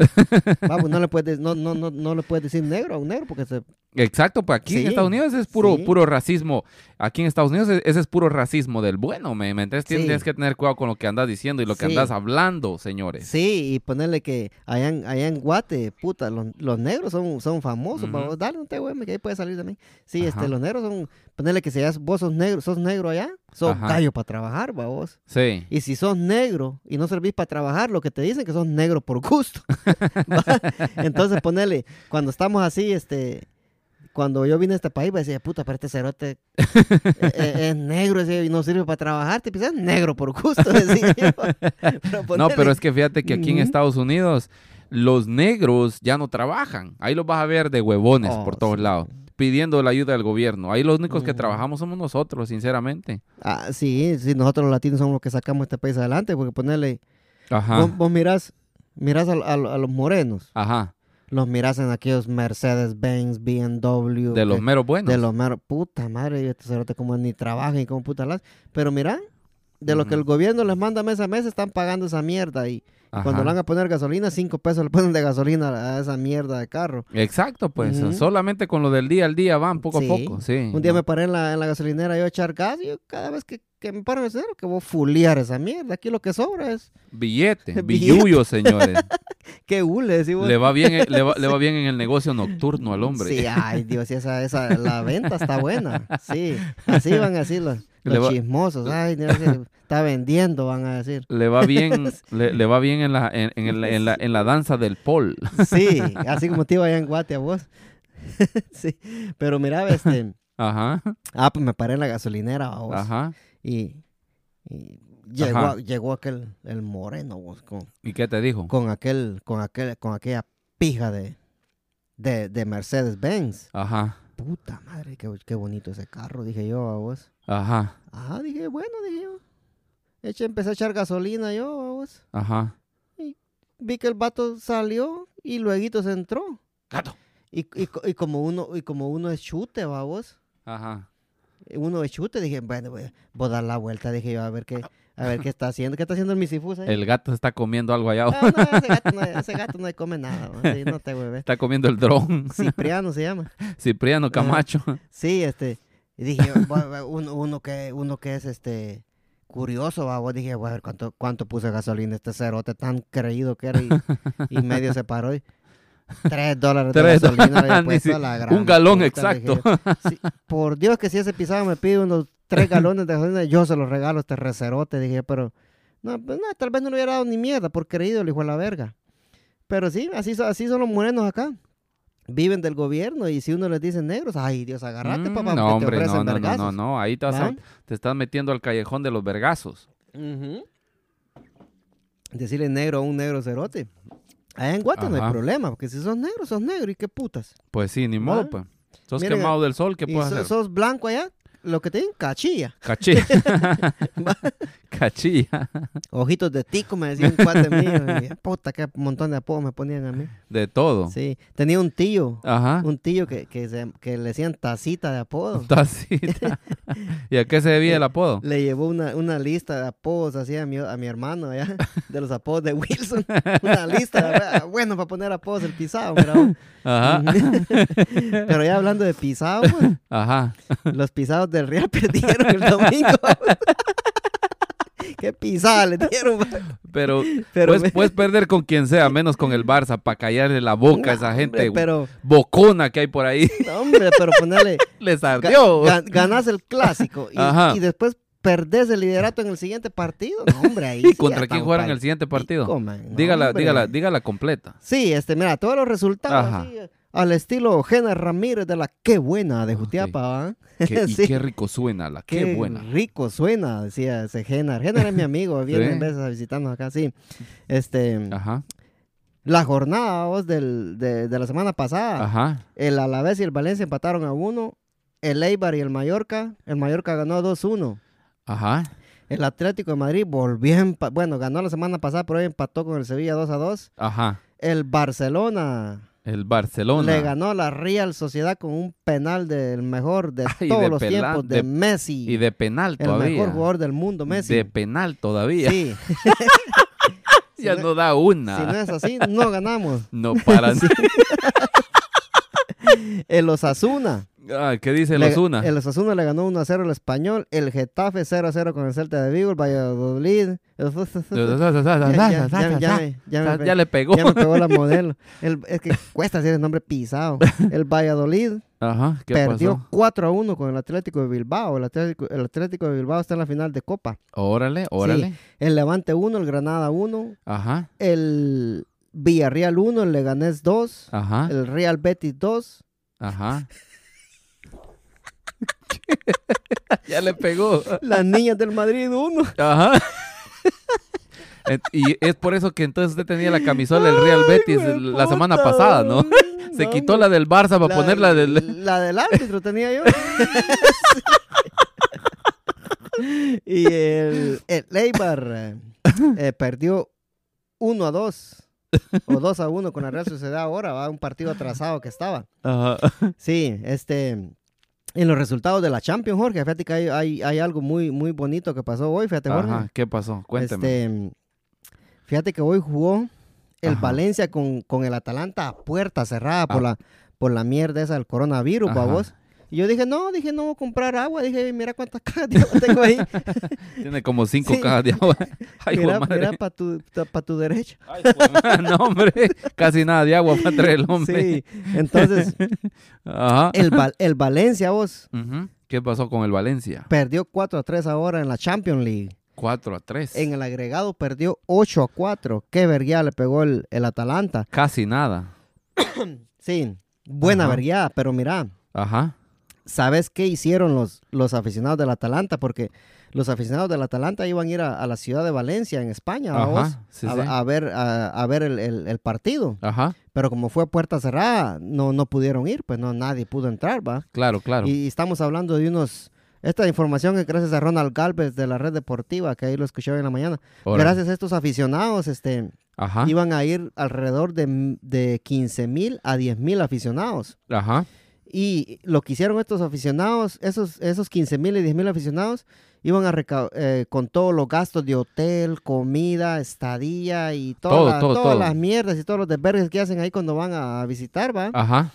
[SPEAKER 1] Va, pues no le puedes, no, no, no, no le puedes decir negro a un negro porque se...
[SPEAKER 2] Exacto, pues aquí en
[SPEAKER 1] Sí,
[SPEAKER 2] Estados Unidos es puro,
[SPEAKER 1] sí.
[SPEAKER 2] puro racismo. Aquí en Estados Unidos e- ese es puro racismo del bueno, me, me entendés? Tienes,
[SPEAKER 1] Sí.
[SPEAKER 2] tienes que tener cuidado con lo que andas diciendo y lo que
[SPEAKER 1] Sí.
[SPEAKER 2] andas hablando, señores.
[SPEAKER 1] Sí, y ponerle que allá en, allá en Guate, puta, los, los negros son, son famosos.
[SPEAKER 2] Ujú.
[SPEAKER 1] pa' vos, Dale, no te güey, que ahí puede salir también. Sí,
[SPEAKER 2] Ajá.
[SPEAKER 1] este, los negros son, ponerle que si ya vos sos negro, sos negro allá, sos
[SPEAKER 2] Ajá.
[SPEAKER 1] gallo para trabajar, va vos.
[SPEAKER 2] Sí.
[SPEAKER 1] Y si sos negro y no servís para trabajar, lo que te dicen que sos negro por gusto. [laughs] ¿Va? Entonces ponele, cuando estamos así, este, cuando yo vine a este país, me decía, puta, pero este cerote eh, eh, es negro decía, y no sirve para trabajar, te piensas negro por gusto. [laughs] decía yo. Pero
[SPEAKER 2] No,
[SPEAKER 1] ponele-
[SPEAKER 2] pero es que fíjate que aquí en
[SPEAKER 1] Ujú.
[SPEAKER 2] Estados Unidos los negros ya no trabajan. Ahí los vas a ver de huevones
[SPEAKER 1] Oh,
[SPEAKER 2] por todos
[SPEAKER 1] sí. Mm.
[SPEAKER 2] lados, pidiendo la ayuda del gobierno. Ahí los únicos que
[SPEAKER 1] Ujú.
[SPEAKER 2] trabajamos somos nosotros, sinceramente.
[SPEAKER 1] Ah, sí, sí, nosotros los latinos somos los que sacamos este país adelante, porque ponele,
[SPEAKER 2] Ajá.
[SPEAKER 1] vos, vos mirás, mirás a, a- a los morenos.
[SPEAKER 2] Ajá.
[SPEAKER 1] los miras en aquellos Mercedes Benz, BMW.
[SPEAKER 2] De los
[SPEAKER 1] que-
[SPEAKER 2] meros buenos.
[SPEAKER 1] eh, De los meros. Puta madre, y estos cerotes como ni trabajan y como puta las. Pero mira, de lo que
[SPEAKER 2] Ujú.
[SPEAKER 1] el gobierno les manda mes a mes, están pagando esa mierda. Y
[SPEAKER 2] Ajá.
[SPEAKER 1] cuando le van a poner gasolina, cinco pesos le ponen de gasolina a esa mierda de carro.
[SPEAKER 2] Exacto, pues.
[SPEAKER 1] Ujú.
[SPEAKER 2] Solamente con lo del día al día van poco
[SPEAKER 1] Sí.
[SPEAKER 2] a poco. Sí.
[SPEAKER 1] Un día
[SPEAKER 2] ¿no?
[SPEAKER 1] me paré en la, en la gasolinera yo a echar gas y yo cada vez que, que me paro en el dinero que voy a fulear esa mierda. Aquí lo que sobra es
[SPEAKER 2] Billete,
[SPEAKER 1] [laughs] Billete.
[SPEAKER 2] billullo,
[SPEAKER 1] [laughs]
[SPEAKER 2] señores.
[SPEAKER 1] que hule, decimos.
[SPEAKER 2] le va bien, eh, le va, le va
[SPEAKER 1] [laughs]
[SPEAKER 2] bien en el negocio nocturno al hombre.
[SPEAKER 1] Sí, ay Dios, y esa, esa, la venta está buena. Sí, así van a decir los, los
[SPEAKER 2] Le va-
[SPEAKER 1] chismosos. Ay,
[SPEAKER 2] [laughs]
[SPEAKER 1] mira que está vendiendo, van a decir.
[SPEAKER 2] Le va
[SPEAKER 1] [laughs]
[SPEAKER 2] bien, le, le va bien en la, en, en el- en la, en la danza
[SPEAKER 1] [laughs]
[SPEAKER 2] del pol.
[SPEAKER 1] Sí, así como te iba allá en Guate a vos. [laughs] sí, pero mira, este,
[SPEAKER 2] Ajá,
[SPEAKER 1] ah, pues me paré en la gasolinera, va, vos.
[SPEAKER 2] ajá.
[SPEAKER 1] Y, y llegó,
[SPEAKER 2] Ajá.
[SPEAKER 1] a- llegó aquel, el moreno, vos, con,
[SPEAKER 2] ¿Y qué te dijo?
[SPEAKER 1] con aquel, con aquel, con aquella pija de, de, de Mercedes Benz.
[SPEAKER 2] Ajá,
[SPEAKER 1] Puta madre, qué, qué bonito ese carro, dije yo a vos.
[SPEAKER 2] ajá,
[SPEAKER 1] Ajá, dije, bueno, dije yo. Eche, empecé a echar gasolina yo, vamos.
[SPEAKER 2] ajá.
[SPEAKER 1] Vi que el vato salió y luego se entró.
[SPEAKER 2] Gato.
[SPEAKER 1] Y, y co- y como uno, y como uno es chute, vamos.
[SPEAKER 2] Ajá.
[SPEAKER 1] Uno es chute, dije, bueno, voy a, voy a dar la vuelta, dije yo, a ver qué, a ver qué está haciendo, qué está haciendo el misifus ahí.
[SPEAKER 2] El gato está comiendo algo allá.
[SPEAKER 1] Ah, no, ese gato no, ese gato no come nada, vamos, sí, no te
[SPEAKER 2] [laughs]
[SPEAKER 1] hueves.
[SPEAKER 2] Está comiendo el dron. [laughs]
[SPEAKER 1] Cipriano se llama.
[SPEAKER 2] Cipriano Camacho.
[SPEAKER 1] Sí, este. Y dije, yo, voy a ver, uno, uno, que, uno que es este curioso, va, vos dije, voy a ver cuánto, cuánto puso de gasolina este cerote tan creído que era y, y medio se paró. y, Tres dólares de
[SPEAKER 2] Tres
[SPEAKER 1] gasolina le había
[SPEAKER 2] dólares, [laughs]
[SPEAKER 1] puesto
[SPEAKER 2] ni
[SPEAKER 1] a la
[SPEAKER 2] si-
[SPEAKER 1] gran
[SPEAKER 2] un galón
[SPEAKER 1] puta", le dije yo. Sí, por Dios que si ese pisado me pide unos tres galones de gasolina, yo se los regalo a este recerote, dije, pero no, pues, no, tal vez no le hubiera dado ni mierda por creído, el hijo de la verga. Pero sí, así, so- así son los morenos acá viven del gobierno y si uno les dice negros, ay Dios, agárrate
[SPEAKER 2] Mm,
[SPEAKER 1] papá, porque
[SPEAKER 2] no,
[SPEAKER 1] te
[SPEAKER 2] hombre, no,
[SPEAKER 1] ofrecen
[SPEAKER 2] no, no, no,
[SPEAKER 1] vergazos.
[SPEAKER 2] no. Ahí te, vas a-
[SPEAKER 1] ¿Van?
[SPEAKER 2] te estás metiendo al callejón de los vergazos.
[SPEAKER 1] Ujú. Decirle negro a un negro cerote. Allá en Guate no hay
[SPEAKER 2] Ajá.
[SPEAKER 1] problema, porque si sos negro, sos negro y qué putas.
[SPEAKER 2] Pues sí, ni modo, pues. Sos
[SPEAKER 1] Mire,
[SPEAKER 2] quemado del sol, ¿qué
[SPEAKER 1] y
[SPEAKER 2] puedes
[SPEAKER 1] so-
[SPEAKER 2] hacer?
[SPEAKER 1] sos blanco allá, lo que te dicen, cachilla. [laughs]
[SPEAKER 2] Cachilla. [laughs] Cachilla.
[SPEAKER 1] Ojitos de tico me decían un cuate mío. y, puta, qué montón de apodos me ponían a mí.
[SPEAKER 2] De todo.
[SPEAKER 1] Sí, tenía un tío,
[SPEAKER 2] Ajá.
[SPEAKER 1] un tío que, que, se- que le decían tacita de apodo.
[SPEAKER 2] Tacita. ¿Y a qué se debía el apodo?
[SPEAKER 1] Le llevó una, una lista de apodos así a mi, a mi hermano allá, de los apodos de Wilson. Una lista, de- ah, bueno, para poner apodos el pisado, mira, vos.
[SPEAKER 2] Ajá.
[SPEAKER 1] [laughs] Pero ya hablando de pisado, pues,
[SPEAKER 2] Ajá.
[SPEAKER 1] los pisados del Real [laughs] perdieron el domingo. [laughs] Qué pisada le dieron, pues.
[SPEAKER 2] Pero,
[SPEAKER 1] Pero
[SPEAKER 2] puedes,
[SPEAKER 1] me-
[SPEAKER 2] puedes perder con quien sea, menos con el Barça, para callarle la boca a esa
[SPEAKER 1] Hombre,
[SPEAKER 2] gente
[SPEAKER 1] Pero,
[SPEAKER 2] bocona que hay por ahí. [laughs]
[SPEAKER 1] no, hombre, pero ponerle,
[SPEAKER 2] Les ardió.
[SPEAKER 1] ganas el clásico y,
[SPEAKER 2] Ajá.
[SPEAKER 1] y después perdés el liderato en el siguiente partido. No, hombre, ahí
[SPEAKER 2] [laughs] ¿Y
[SPEAKER 1] sí
[SPEAKER 2] contra
[SPEAKER 1] ya
[SPEAKER 2] quién
[SPEAKER 1] estamos
[SPEAKER 2] jugaron
[SPEAKER 1] pa'l
[SPEAKER 2] el siguiente
[SPEAKER 1] pico,
[SPEAKER 2] partido?
[SPEAKER 1] man. No,
[SPEAKER 2] Dígala,
[SPEAKER 1] hombre.
[SPEAKER 2] dígala, dígala completa.
[SPEAKER 1] Sí, este, mira, todos los resultados
[SPEAKER 2] Ajá.
[SPEAKER 1] así, eh, al estilo Jena Ramírez de la Qué Buena de
[SPEAKER 2] Ok.
[SPEAKER 1] Jutiapa, ¿ah? [laughs]
[SPEAKER 2] Qué- y
[SPEAKER 1] Sí.
[SPEAKER 2] qué rico suena la, qué, buena.
[SPEAKER 1] rico suena, decía ese Jena. Jena
[SPEAKER 2] [laughs]
[SPEAKER 1] es mi amigo, viene
[SPEAKER 2] Sí. Ah.
[SPEAKER 1] a veces a visitarnos acá, sí. Este,
[SPEAKER 2] Ajá,
[SPEAKER 1] la jornada vos, del- de, de la semana pasada,
[SPEAKER 2] ajá,
[SPEAKER 1] el Alavés y el Valencia empataron a uno, el Eibar y el Mallorca, el Mallorca ganó 2-1.
[SPEAKER 2] ajá.
[SPEAKER 1] El Atlético de Madrid volvió, a empa- bueno, ganó la semana pasada, pero hoy empató con el Sevilla 2 2.
[SPEAKER 2] Ajá.
[SPEAKER 1] El Barcelona
[SPEAKER 2] El Barcelona.
[SPEAKER 1] Le ganó a la Real Sociedad con un penal del mejor de
[SPEAKER 2] Ay,
[SPEAKER 1] todos
[SPEAKER 2] de
[SPEAKER 1] los
[SPEAKER 2] pela-
[SPEAKER 1] tiempos, de,
[SPEAKER 2] de-
[SPEAKER 1] Messi.
[SPEAKER 2] Y de penal
[SPEAKER 1] el
[SPEAKER 2] todavía.
[SPEAKER 1] mejor jugador del mundo, Messi.
[SPEAKER 2] De penal todavía.
[SPEAKER 1] Sí, si
[SPEAKER 2] [laughs] ya
[SPEAKER 1] no-
[SPEAKER 2] no, da una.
[SPEAKER 1] si no es así, no ganamos.
[SPEAKER 2] no...
[SPEAKER 1] [laughs]
[SPEAKER 2] para
[SPEAKER 1] El Osasuna.
[SPEAKER 2] Ah, ¿Qué dice
[SPEAKER 1] le-
[SPEAKER 2] los una? [laughs]
[SPEAKER 1] El Osasuna le ganó 1 a 0 al Español. El Getafe 0 a 0 con el Celta de Vigo. El Valladolid. ya, ya- ya- ya me- ya me-
[SPEAKER 2] Ya le pegó.
[SPEAKER 1] ya me pegó
[SPEAKER 2] [laughs]
[SPEAKER 1] la modelo. El- es que cuesta decir el nombre pisado. El Valladolid
[SPEAKER 2] Ajá, [laughs] ¿qué
[SPEAKER 1] perdió
[SPEAKER 2] pasó?
[SPEAKER 1] 4 a 1 con el Atlético de Bilbao. El Atlético, el Atlético de Bilbao está en la final de Copa.
[SPEAKER 2] Órale, órale.
[SPEAKER 1] El Levante 1, el Granada 1,
[SPEAKER 2] Ajá,
[SPEAKER 1] el Villarreal 1, el Leganés 2,
[SPEAKER 2] ajá,
[SPEAKER 1] el Real Betis 2, [laughs]
[SPEAKER 2] ajá. [laughs] ya le pegó.
[SPEAKER 1] las niñas del Madrid 1.
[SPEAKER 2] Ajá. [laughs] Et- Y es por eso que entonces usted tenía la camisola del Real Betis la semana pasada, ¿no? [laughs] Se quitó la del Barça para
[SPEAKER 1] [laughs]
[SPEAKER 2] ponerla del...
[SPEAKER 1] La del árbitro tenía
[SPEAKER 2] [laughs]
[SPEAKER 1] yo. Sí. y el, el Eibar eh, eh, perdió 1 a 2 o 2 a 1 con la Real Sociedad ahora, va un partido atrasado que estaba.
[SPEAKER 2] Ajá.
[SPEAKER 1] Sí, este. En los resultados de la Champions, Jorge, fíjate que hay, hay- hay algo muy, muy bonito que pasó hoy, fíjate, Jorge.
[SPEAKER 2] Ajá, ¿Qué pasó? Cuéntame.
[SPEAKER 1] Este, fíjate que hoy jugó el
[SPEAKER 2] Ajá.
[SPEAKER 1] Valencia con, con el Atalanta a puerta cerrada por,
[SPEAKER 2] Ah.
[SPEAKER 1] la, por la mierda esa del coronavirus,
[SPEAKER 2] Ajá.
[SPEAKER 1] babos. Y yo dije, no, dije, no voy a comprar agua. Dije, mira [laughs] cuántas cajas de agua tengo ahí.
[SPEAKER 2] Tiene como cinco
[SPEAKER 1] Este, sí.
[SPEAKER 2] cajas
[SPEAKER 1] [laughs]
[SPEAKER 2] de agua. [laughs] Ay,
[SPEAKER 1] mira,
[SPEAKER 2] jue madre.
[SPEAKER 1] para tu, pa' tu derecha.
[SPEAKER 2] Ay, jue- no, hombre. Casi nada de agua para traer el [laughs] hombre.
[SPEAKER 1] Sí,
[SPEAKER 2] [laughs]
[SPEAKER 1] entonces
[SPEAKER 2] Ajá.
[SPEAKER 1] el, Val- el Valencia, vos,
[SPEAKER 2] Ujú. ¿Qué pasó con el Valencia?
[SPEAKER 1] perdió 4 a 3 ahora en la Champions League.
[SPEAKER 2] 4 a 3.
[SPEAKER 1] En el agregado perdió 8 a 4. Qué verguía le pegó el, el Atalanta.
[SPEAKER 2] Casi nada.
[SPEAKER 1] Sí, buena
[SPEAKER 2] Ajá.
[SPEAKER 1] verguía, pero mira,
[SPEAKER 2] Ajá.
[SPEAKER 1] ¿Sabes qué hicieron los, los aficionados del Atalanta? Porque los aficionados del Atalanta iban a ir a, a la ciudad de Valencia, en España, ¿va vos?
[SPEAKER 2] Ajá. Sí,
[SPEAKER 1] a,
[SPEAKER 2] sí.
[SPEAKER 1] a ver, a, a ver el, el- el partido.
[SPEAKER 2] Ajá.
[SPEAKER 1] Pero como fue a puerta cerrada, no, no pudieron ir, pues no, nadie pudo entrar, ¿va?
[SPEAKER 2] Claro, claro.
[SPEAKER 1] Y, y estamos hablando de unos... Esta información es gracias a Ronald Galvez de la Red Deportiva, que ahí lo escuché hoy en la mañana.
[SPEAKER 2] Órale. Ah.
[SPEAKER 1] Gracias a estos aficionados, este,
[SPEAKER 2] Ajá.
[SPEAKER 1] iban a ir alrededor de, de 15 mil a 10 mil aficionados.
[SPEAKER 2] Ajá.
[SPEAKER 1] Y lo que hicieron estos aficionados, esos, esos 15 mil y 10 mil aficionados, iban a reca- eh, con todos los gastos de hotel, comida, estadía y todas
[SPEAKER 2] Todo,
[SPEAKER 1] las-
[SPEAKER 2] todo,
[SPEAKER 1] todas
[SPEAKER 2] todo.
[SPEAKER 1] las mierdas y todos los desvergues que hacen ahí cuando van a visitar, ¿va?
[SPEAKER 2] Ajá.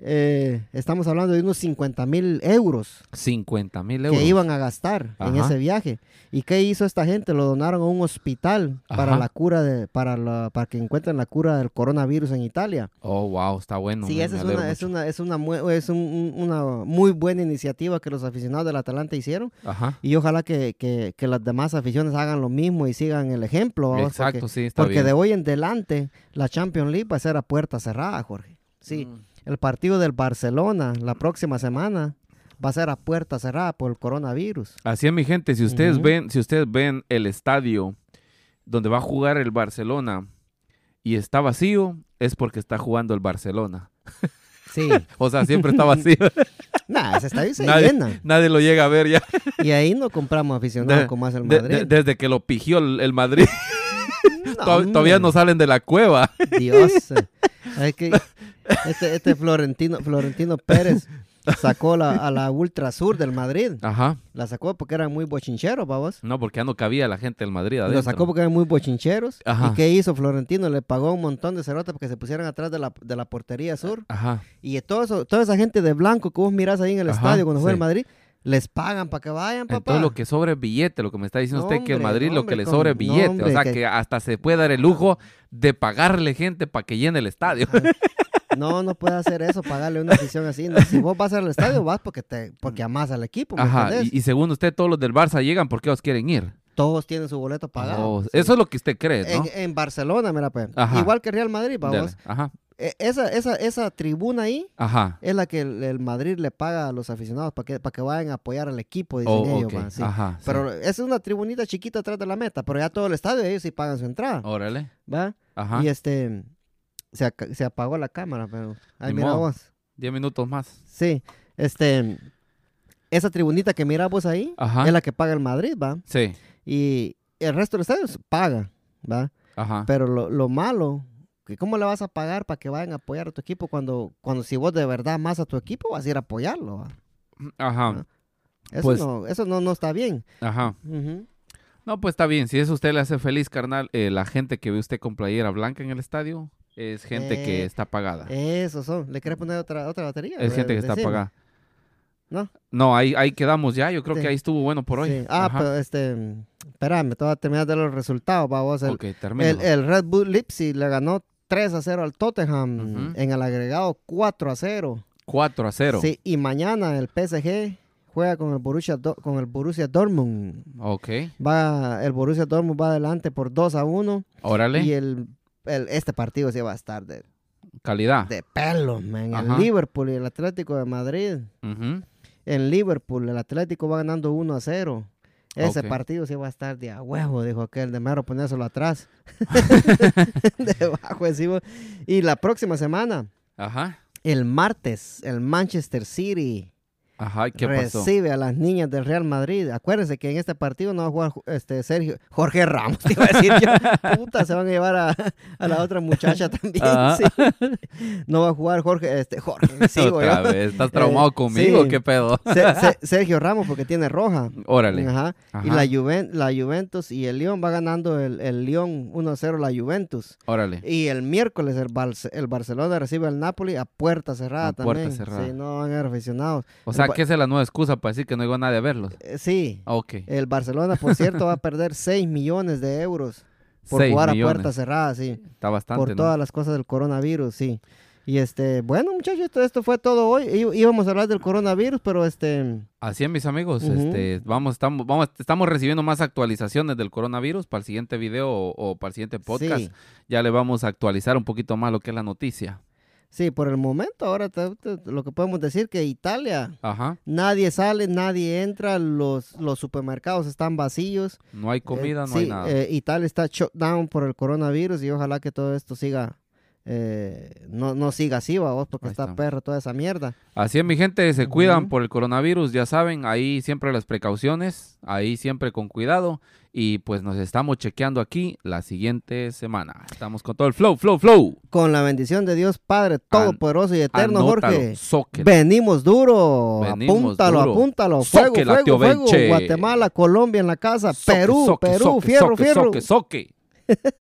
[SPEAKER 1] Eh, estamos hablando de unos 50 mil euros
[SPEAKER 2] 50 mil euros.
[SPEAKER 1] que iban a gastar en
[SPEAKER 2] Ajá.
[SPEAKER 1] ese viaje. ¿Y qué hizo esta gente? Lo donaron a un hospital para
[SPEAKER 2] Ajá.
[SPEAKER 1] la cura de, para, la, para que encuentren la cura del coronavirus en Italia.
[SPEAKER 2] Oh, wow, está bueno.
[SPEAKER 1] Sí,
[SPEAKER 2] me-
[SPEAKER 1] esa
[SPEAKER 2] me
[SPEAKER 1] es
[SPEAKER 2] alegro
[SPEAKER 1] una, es,
[SPEAKER 2] mucho.
[SPEAKER 1] una, es, una, mue- es un- un- una muy buena iniciativa que los aficionados del Atalanta hicieron
[SPEAKER 2] Ajá.
[SPEAKER 1] y ojalá que, que- que las demás aficiones hagan lo mismo y sigan el ejemplo. ¿vamos?
[SPEAKER 2] Exacto,
[SPEAKER 1] Porque,
[SPEAKER 2] sí, está
[SPEAKER 1] porque
[SPEAKER 2] bien.
[SPEAKER 1] de hoy en adelante la Champions League va a ser a puerta cerrada, Jorge. Sí,
[SPEAKER 2] Mm.
[SPEAKER 1] el partido del Barcelona la próxima semana va a ser a puerta cerrada por el coronavirus.
[SPEAKER 2] Así es, mi gente. Si ustedes
[SPEAKER 1] Ujú.
[SPEAKER 2] ven, si ustedes ven el estadio donde va a jugar el Barcelona y está vacío, es porque está jugando el Barcelona. [laughs]
[SPEAKER 1] Sí,
[SPEAKER 2] O sea, siempre
[SPEAKER 1] [laughs]
[SPEAKER 2] está vacío. [laughs]
[SPEAKER 1] nada, ese estadio se
[SPEAKER 2] Nadie-
[SPEAKER 1] llena
[SPEAKER 2] Nadie lo llega a ver ya.
[SPEAKER 1] y ahí no compramos aficionados
[SPEAKER 2] De-
[SPEAKER 1] como hace el
[SPEAKER 2] De-
[SPEAKER 1] Madrid.
[SPEAKER 2] de- desde que lo pigió el,
[SPEAKER 1] [laughs]
[SPEAKER 2] el Madrid.
[SPEAKER 1] No,
[SPEAKER 2] to- todavía
[SPEAKER 1] hombre.
[SPEAKER 2] no salen de la cueva. [laughs]
[SPEAKER 1] [laughs] Dios. Es que este, este Florentino, Florentino Pérez sacó la, a la Ultra Sur del Madrid.
[SPEAKER 2] Ajá.
[SPEAKER 1] La sacó porque eran muy bochincheros, babos.
[SPEAKER 2] No, porque ya no cabía la gente del Madrid.
[SPEAKER 1] Lo
[SPEAKER 2] adentro.
[SPEAKER 1] sacó porque eran muy bochincheros.
[SPEAKER 2] Ajá.
[SPEAKER 1] ¿Y qué hizo Florentino? Le pagó un montón de cerotes para que se pusieran atrás de la, de la portería sur.
[SPEAKER 2] Ajá.
[SPEAKER 1] Y todo eso- toda esa gente de blanco que vos mirás ahí en el
[SPEAKER 2] Ajá,
[SPEAKER 1] estadio cuando juega
[SPEAKER 2] sí.
[SPEAKER 1] el Madrid, les pagan para que vayan, papá.
[SPEAKER 2] Entonces lo que sobra es billete, lo que me está diciendo usted que el
[SPEAKER 1] Hombre,
[SPEAKER 2] Madrid lo que
[SPEAKER 1] hombre,
[SPEAKER 2] le
[SPEAKER 1] con-
[SPEAKER 2] sobra es
[SPEAKER 1] no,
[SPEAKER 2] billete, o
[SPEAKER 1] hombre,
[SPEAKER 2] sea que...
[SPEAKER 1] que-
[SPEAKER 2] hasta se puede dar el lujo de pagarle gente para que llene el estadio.
[SPEAKER 1] Ah, pues, No, no puede hacer eso, pagarle una afición así. No, si vos vas al estadio, vas porque te porque amás al equipo, ¿me
[SPEAKER 2] Ajá,
[SPEAKER 1] entendés?
[SPEAKER 2] y, y según usted todos los del Barça llegan porque ellos quieren ir.
[SPEAKER 1] Todos tienen su boleto pagado.
[SPEAKER 2] Oh,
[SPEAKER 1] sí.
[SPEAKER 2] Eso es lo que usted cree,
[SPEAKER 1] en,
[SPEAKER 2] ¿no?
[SPEAKER 1] e, en Barcelona, mira, pues.
[SPEAKER 2] Ajá.
[SPEAKER 1] Igual que Real Madrid,
[SPEAKER 2] Dele,
[SPEAKER 1] vamos.
[SPEAKER 2] Ajá,
[SPEAKER 1] Eh, Esa, esa, esa tribuna ahí
[SPEAKER 2] ajá.
[SPEAKER 1] es la que el, el Madrid le paga a los aficionados para que, para que vayan a apoyar al equipo, dicen
[SPEAKER 2] Oh,
[SPEAKER 1] ellos,
[SPEAKER 2] ok,
[SPEAKER 1] va, sí.
[SPEAKER 2] ajá, sí.
[SPEAKER 1] Pero esa es una tribunita chiquita atrás de la meta, pero ya todo el estadio ellos sí pagan su entrada,
[SPEAKER 2] Órale,
[SPEAKER 1] ¿va?
[SPEAKER 2] Oh. ajá.
[SPEAKER 1] Y este, se, aca- se apagó la cámara, pero... Ay,
[SPEAKER 2] Ni
[SPEAKER 1] mira
[SPEAKER 2] modo.
[SPEAKER 1] vos.
[SPEAKER 2] Diez minutos más.
[SPEAKER 1] Sí, este, esa tribunita que mira vos ahí
[SPEAKER 2] Ajá.
[SPEAKER 1] es la que paga el Madrid, ¿va?
[SPEAKER 2] Sí,
[SPEAKER 1] Y el resto del estadio paga, ¿va?
[SPEAKER 2] ajá.
[SPEAKER 1] Pero lo, lo malo, que ¿cómo le vas a pagar para que vayan a apoyar a tu equipo cuando, cuando si vos de verdad amas a tu equipo, vas a ir a apoyarlo? va?
[SPEAKER 2] Ajá,
[SPEAKER 1] Eso,
[SPEAKER 2] Pues-
[SPEAKER 1] no, eso no, no está bien.
[SPEAKER 2] ajá.
[SPEAKER 1] Ujú.
[SPEAKER 2] No, pues está bien, si eso a usted le hace feliz, carnal, eh, la gente que ve usted con playera blanca en el estadio es gente que
[SPEAKER 1] Eh,
[SPEAKER 2] está pagada.
[SPEAKER 1] Eso son. ¿Le querés poner otra, otra batería?
[SPEAKER 2] Es gente
[SPEAKER 1] Eh,
[SPEAKER 2] que está
[SPEAKER 1] decime.
[SPEAKER 2] pagada.
[SPEAKER 1] ¿No?
[SPEAKER 2] No, ahí, ahí quedamos ya. Yo creo
[SPEAKER 1] Sí.
[SPEAKER 2] que ahí estuvo bueno por hoy.
[SPEAKER 1] Sí. Ah,
[SPEAKER 2] Ajá.
[SPEAKER 1] pero este, espérame, te voy a terminar de los resultados, va vos. El,
[SPEAKER 2] ok, termino.
[SPEAKER 1] el- el Red Bull Leipzig le ganó 3 a 0 al Tottenham
[SPEAKER 2] Ujú.
[SPEAKER 1] en el agregado 4 a 0.
[SPEAKER 2] 4 a 0.
[SPEAKER 1] Sí, y mañana el PSG juega con el Borussia, Do- con el Borussia Dortmund.
[SPEAKER 2] Ok,
[SPEAKER 1] va el Borussia Dortmund va adelante por 2 a 1
[SPEAKER 2] órale.
[SPEAKER 1] y el, el- este partido sí va a estar de,
[SPEAKER 2] Calidad.
[SPEAKER 1] de pelos, man.
[SPEAKER 2] Ajá.
[SPEAKER 1] El Liverpool y el Atlético de Madrid.
[SPEAKER 2] Ujú.
[SPEAKER 1] En Liverpool el Atlético va ganando 1 a 0. Ese
[SPEAKER 2] Ok.
[SPEAKER 1] partido sí va a estar de a huevo, dijo aquel, de mero ponérselo
[SPEAKER 2] [laughs]
[SPEAKER 1] atrás. [laughs] Debajo encima. Y la próxima semana,
[SPEAKER 2] Ajá.
[SPEAKER 1] el martes, el Manchester City
[SPEAKER 2] Ajá, ¿y ¿qué pasó?
[SPEAKER 1] recibe a las niñas del Real Madrid. Acuérdense que en este partido no va a jugar Ju- este Sergio, Jorge Ramos, [laughs] te iba a decir yo. Puta, se van a llevar a, a la otra muchacha también.
[SPEAKER 2] Ah.
[SPEAKER 1] sí. No va a jugar Jorge, este,
[SPEAKER 2] [laughs]
[SPEAKER 1] Jorge, sigo
[SPEAKER 2] Otra
[SPEAKER 1] yo.
[SPEAKER 2] vez, estás traumado
[SPEAKER 1] [laughs] Eh,
[SPEAKER 2] conmigo,
[SPEAKER 1] sí.
[SPEAKER 2] qué pedo. [laughs]
[SPEAKER 1] Se- Se- Sergio Ramos porque tiene roja.
[SPEAKER 2] Órale.
[SPEAKER 1] Ajá. Y
[SPEAKER 2] Ajá.
[SPEAKER 1] la, Juven- la Juventus y el Lyon va ganando el, el Lyon 1-0 la Juventus.
[SPEAKER 2] Órale.
[SPEAKER 1] Y el miércoles el, Barce- el Barcelona recibe al Napoli a puerta cerrada
[SPEAKER 2] A puerta
[SPEAKER 1] también.
[SPEAKER 2] cerrada.
[SPEAKER 1] Sí, no van a haber aficionados.
[SPEAKER 2] O sea,
[SPEAKER 1] el ba-
[SPEAKER 2] que esa es la nueva excusa para decir que no iba nadie a verlos.
[SPEAKER 1] Eh, sí.
[SPEAKER 2] Ah, Ok.
[SPEAKER 1] El Barcelona, por cierto, va a perder 6 millones de euros por
[SPEAKER 2] Seis
[SPEAKER 1] jugar
[SPEAKER 2] millones.
[SPEAKER 1] a puerta cerrada, sí.
[SPEAKER 2] Está bastante,
[SPEAKER 1] por
[SPEAKER 2] ¿no?
[SPEAKER 1] todas las cosas del coronavirus, sí. Y este, bueno, muchachos, esto, esto fue todo hoy. Í- Íbamos a hablar del coronavirus, pero este,
[SPEAKER 2] Así es, mis amigos.
[SPEAKER 1] Ujú.
[SPEAKER 2] este, vamos, estamos, vamos, estamos recibiendo más actualizaciones del coronavirus para el siguiente video o, o para el siguiente podcast.
[SPEAKER 1] sí.
[SPEAKER 2] Ya le vamos a actualizar un poquito más lo que es la noticia.
[SPEAKER 1] Sí, por el momento ahora te- te- lo que podemos decir que Italia
[SPEAKER 2] Ajá.
[SPEAKER 1] nadie sale, nadie entra, los, los supermercados están vacíos.
[SPEAKER 2] No hay comida,
[SPEAKER 1] Eh,
[SPEAKER 2] no
[SPEAKER 1] sí,
[SPEAKER 2] hay nada.
[SPEAKER 1] eh, Italia está shut down por el coronavirus y ojalá que todo esto siga, eh, no, no siga así, va vos, porque
[SPEAKER 2] Ahí
[SPEAKER 1] está,
[SPEAKER 2] está.
[SPEAKER 1] perro toda esa mierda.
[SPEAKER 2] Así es, mi gente, se cuidan
[SPEAKER 1] Ujú.
[SPEAKER 2] por el coronavirus, ya saben, ahí siempre las precauciones, ahí siempre con cuidado y pues nos estamos chequeando aquí la siguiente semana. Estamos con todo el flow, flow, flow.
[SPEAKER 1] Con la bendición de Dios Padre Todopoderoso y Eterno,
[SPEAKER 2] Anótalo,
[SPEAKER 1] Jorge.
[SPEAKER 2] zóquelo.
[SPEAKER 1] Venimos duro.
[SPEAKER 2] Venimos
[SPEAKER 1] apúntalo,
[SPEAKER 2] duro.
[SPEAKER 1] apúntalo. Fuego,
[SPEAKER 2] Zóquela, tío
[SPEAKER 1] fuego, fuego.
[SPEAKER 2] Benche.
[SPEAKER 1] Guatemala, Colombia en la casa.
[SPEAKER 2] Soque,
[SPEAKER 1] Perú,
[SPEAKER 2] soque,
[SPEAKER 1] Perú,
[SPEAKER 2] soque,
[SPEAKER 1] fierro,
[SPEAKER 2] soque,
[SPEAKER 1] fierro.
[SPEAKER 2] soque, soque.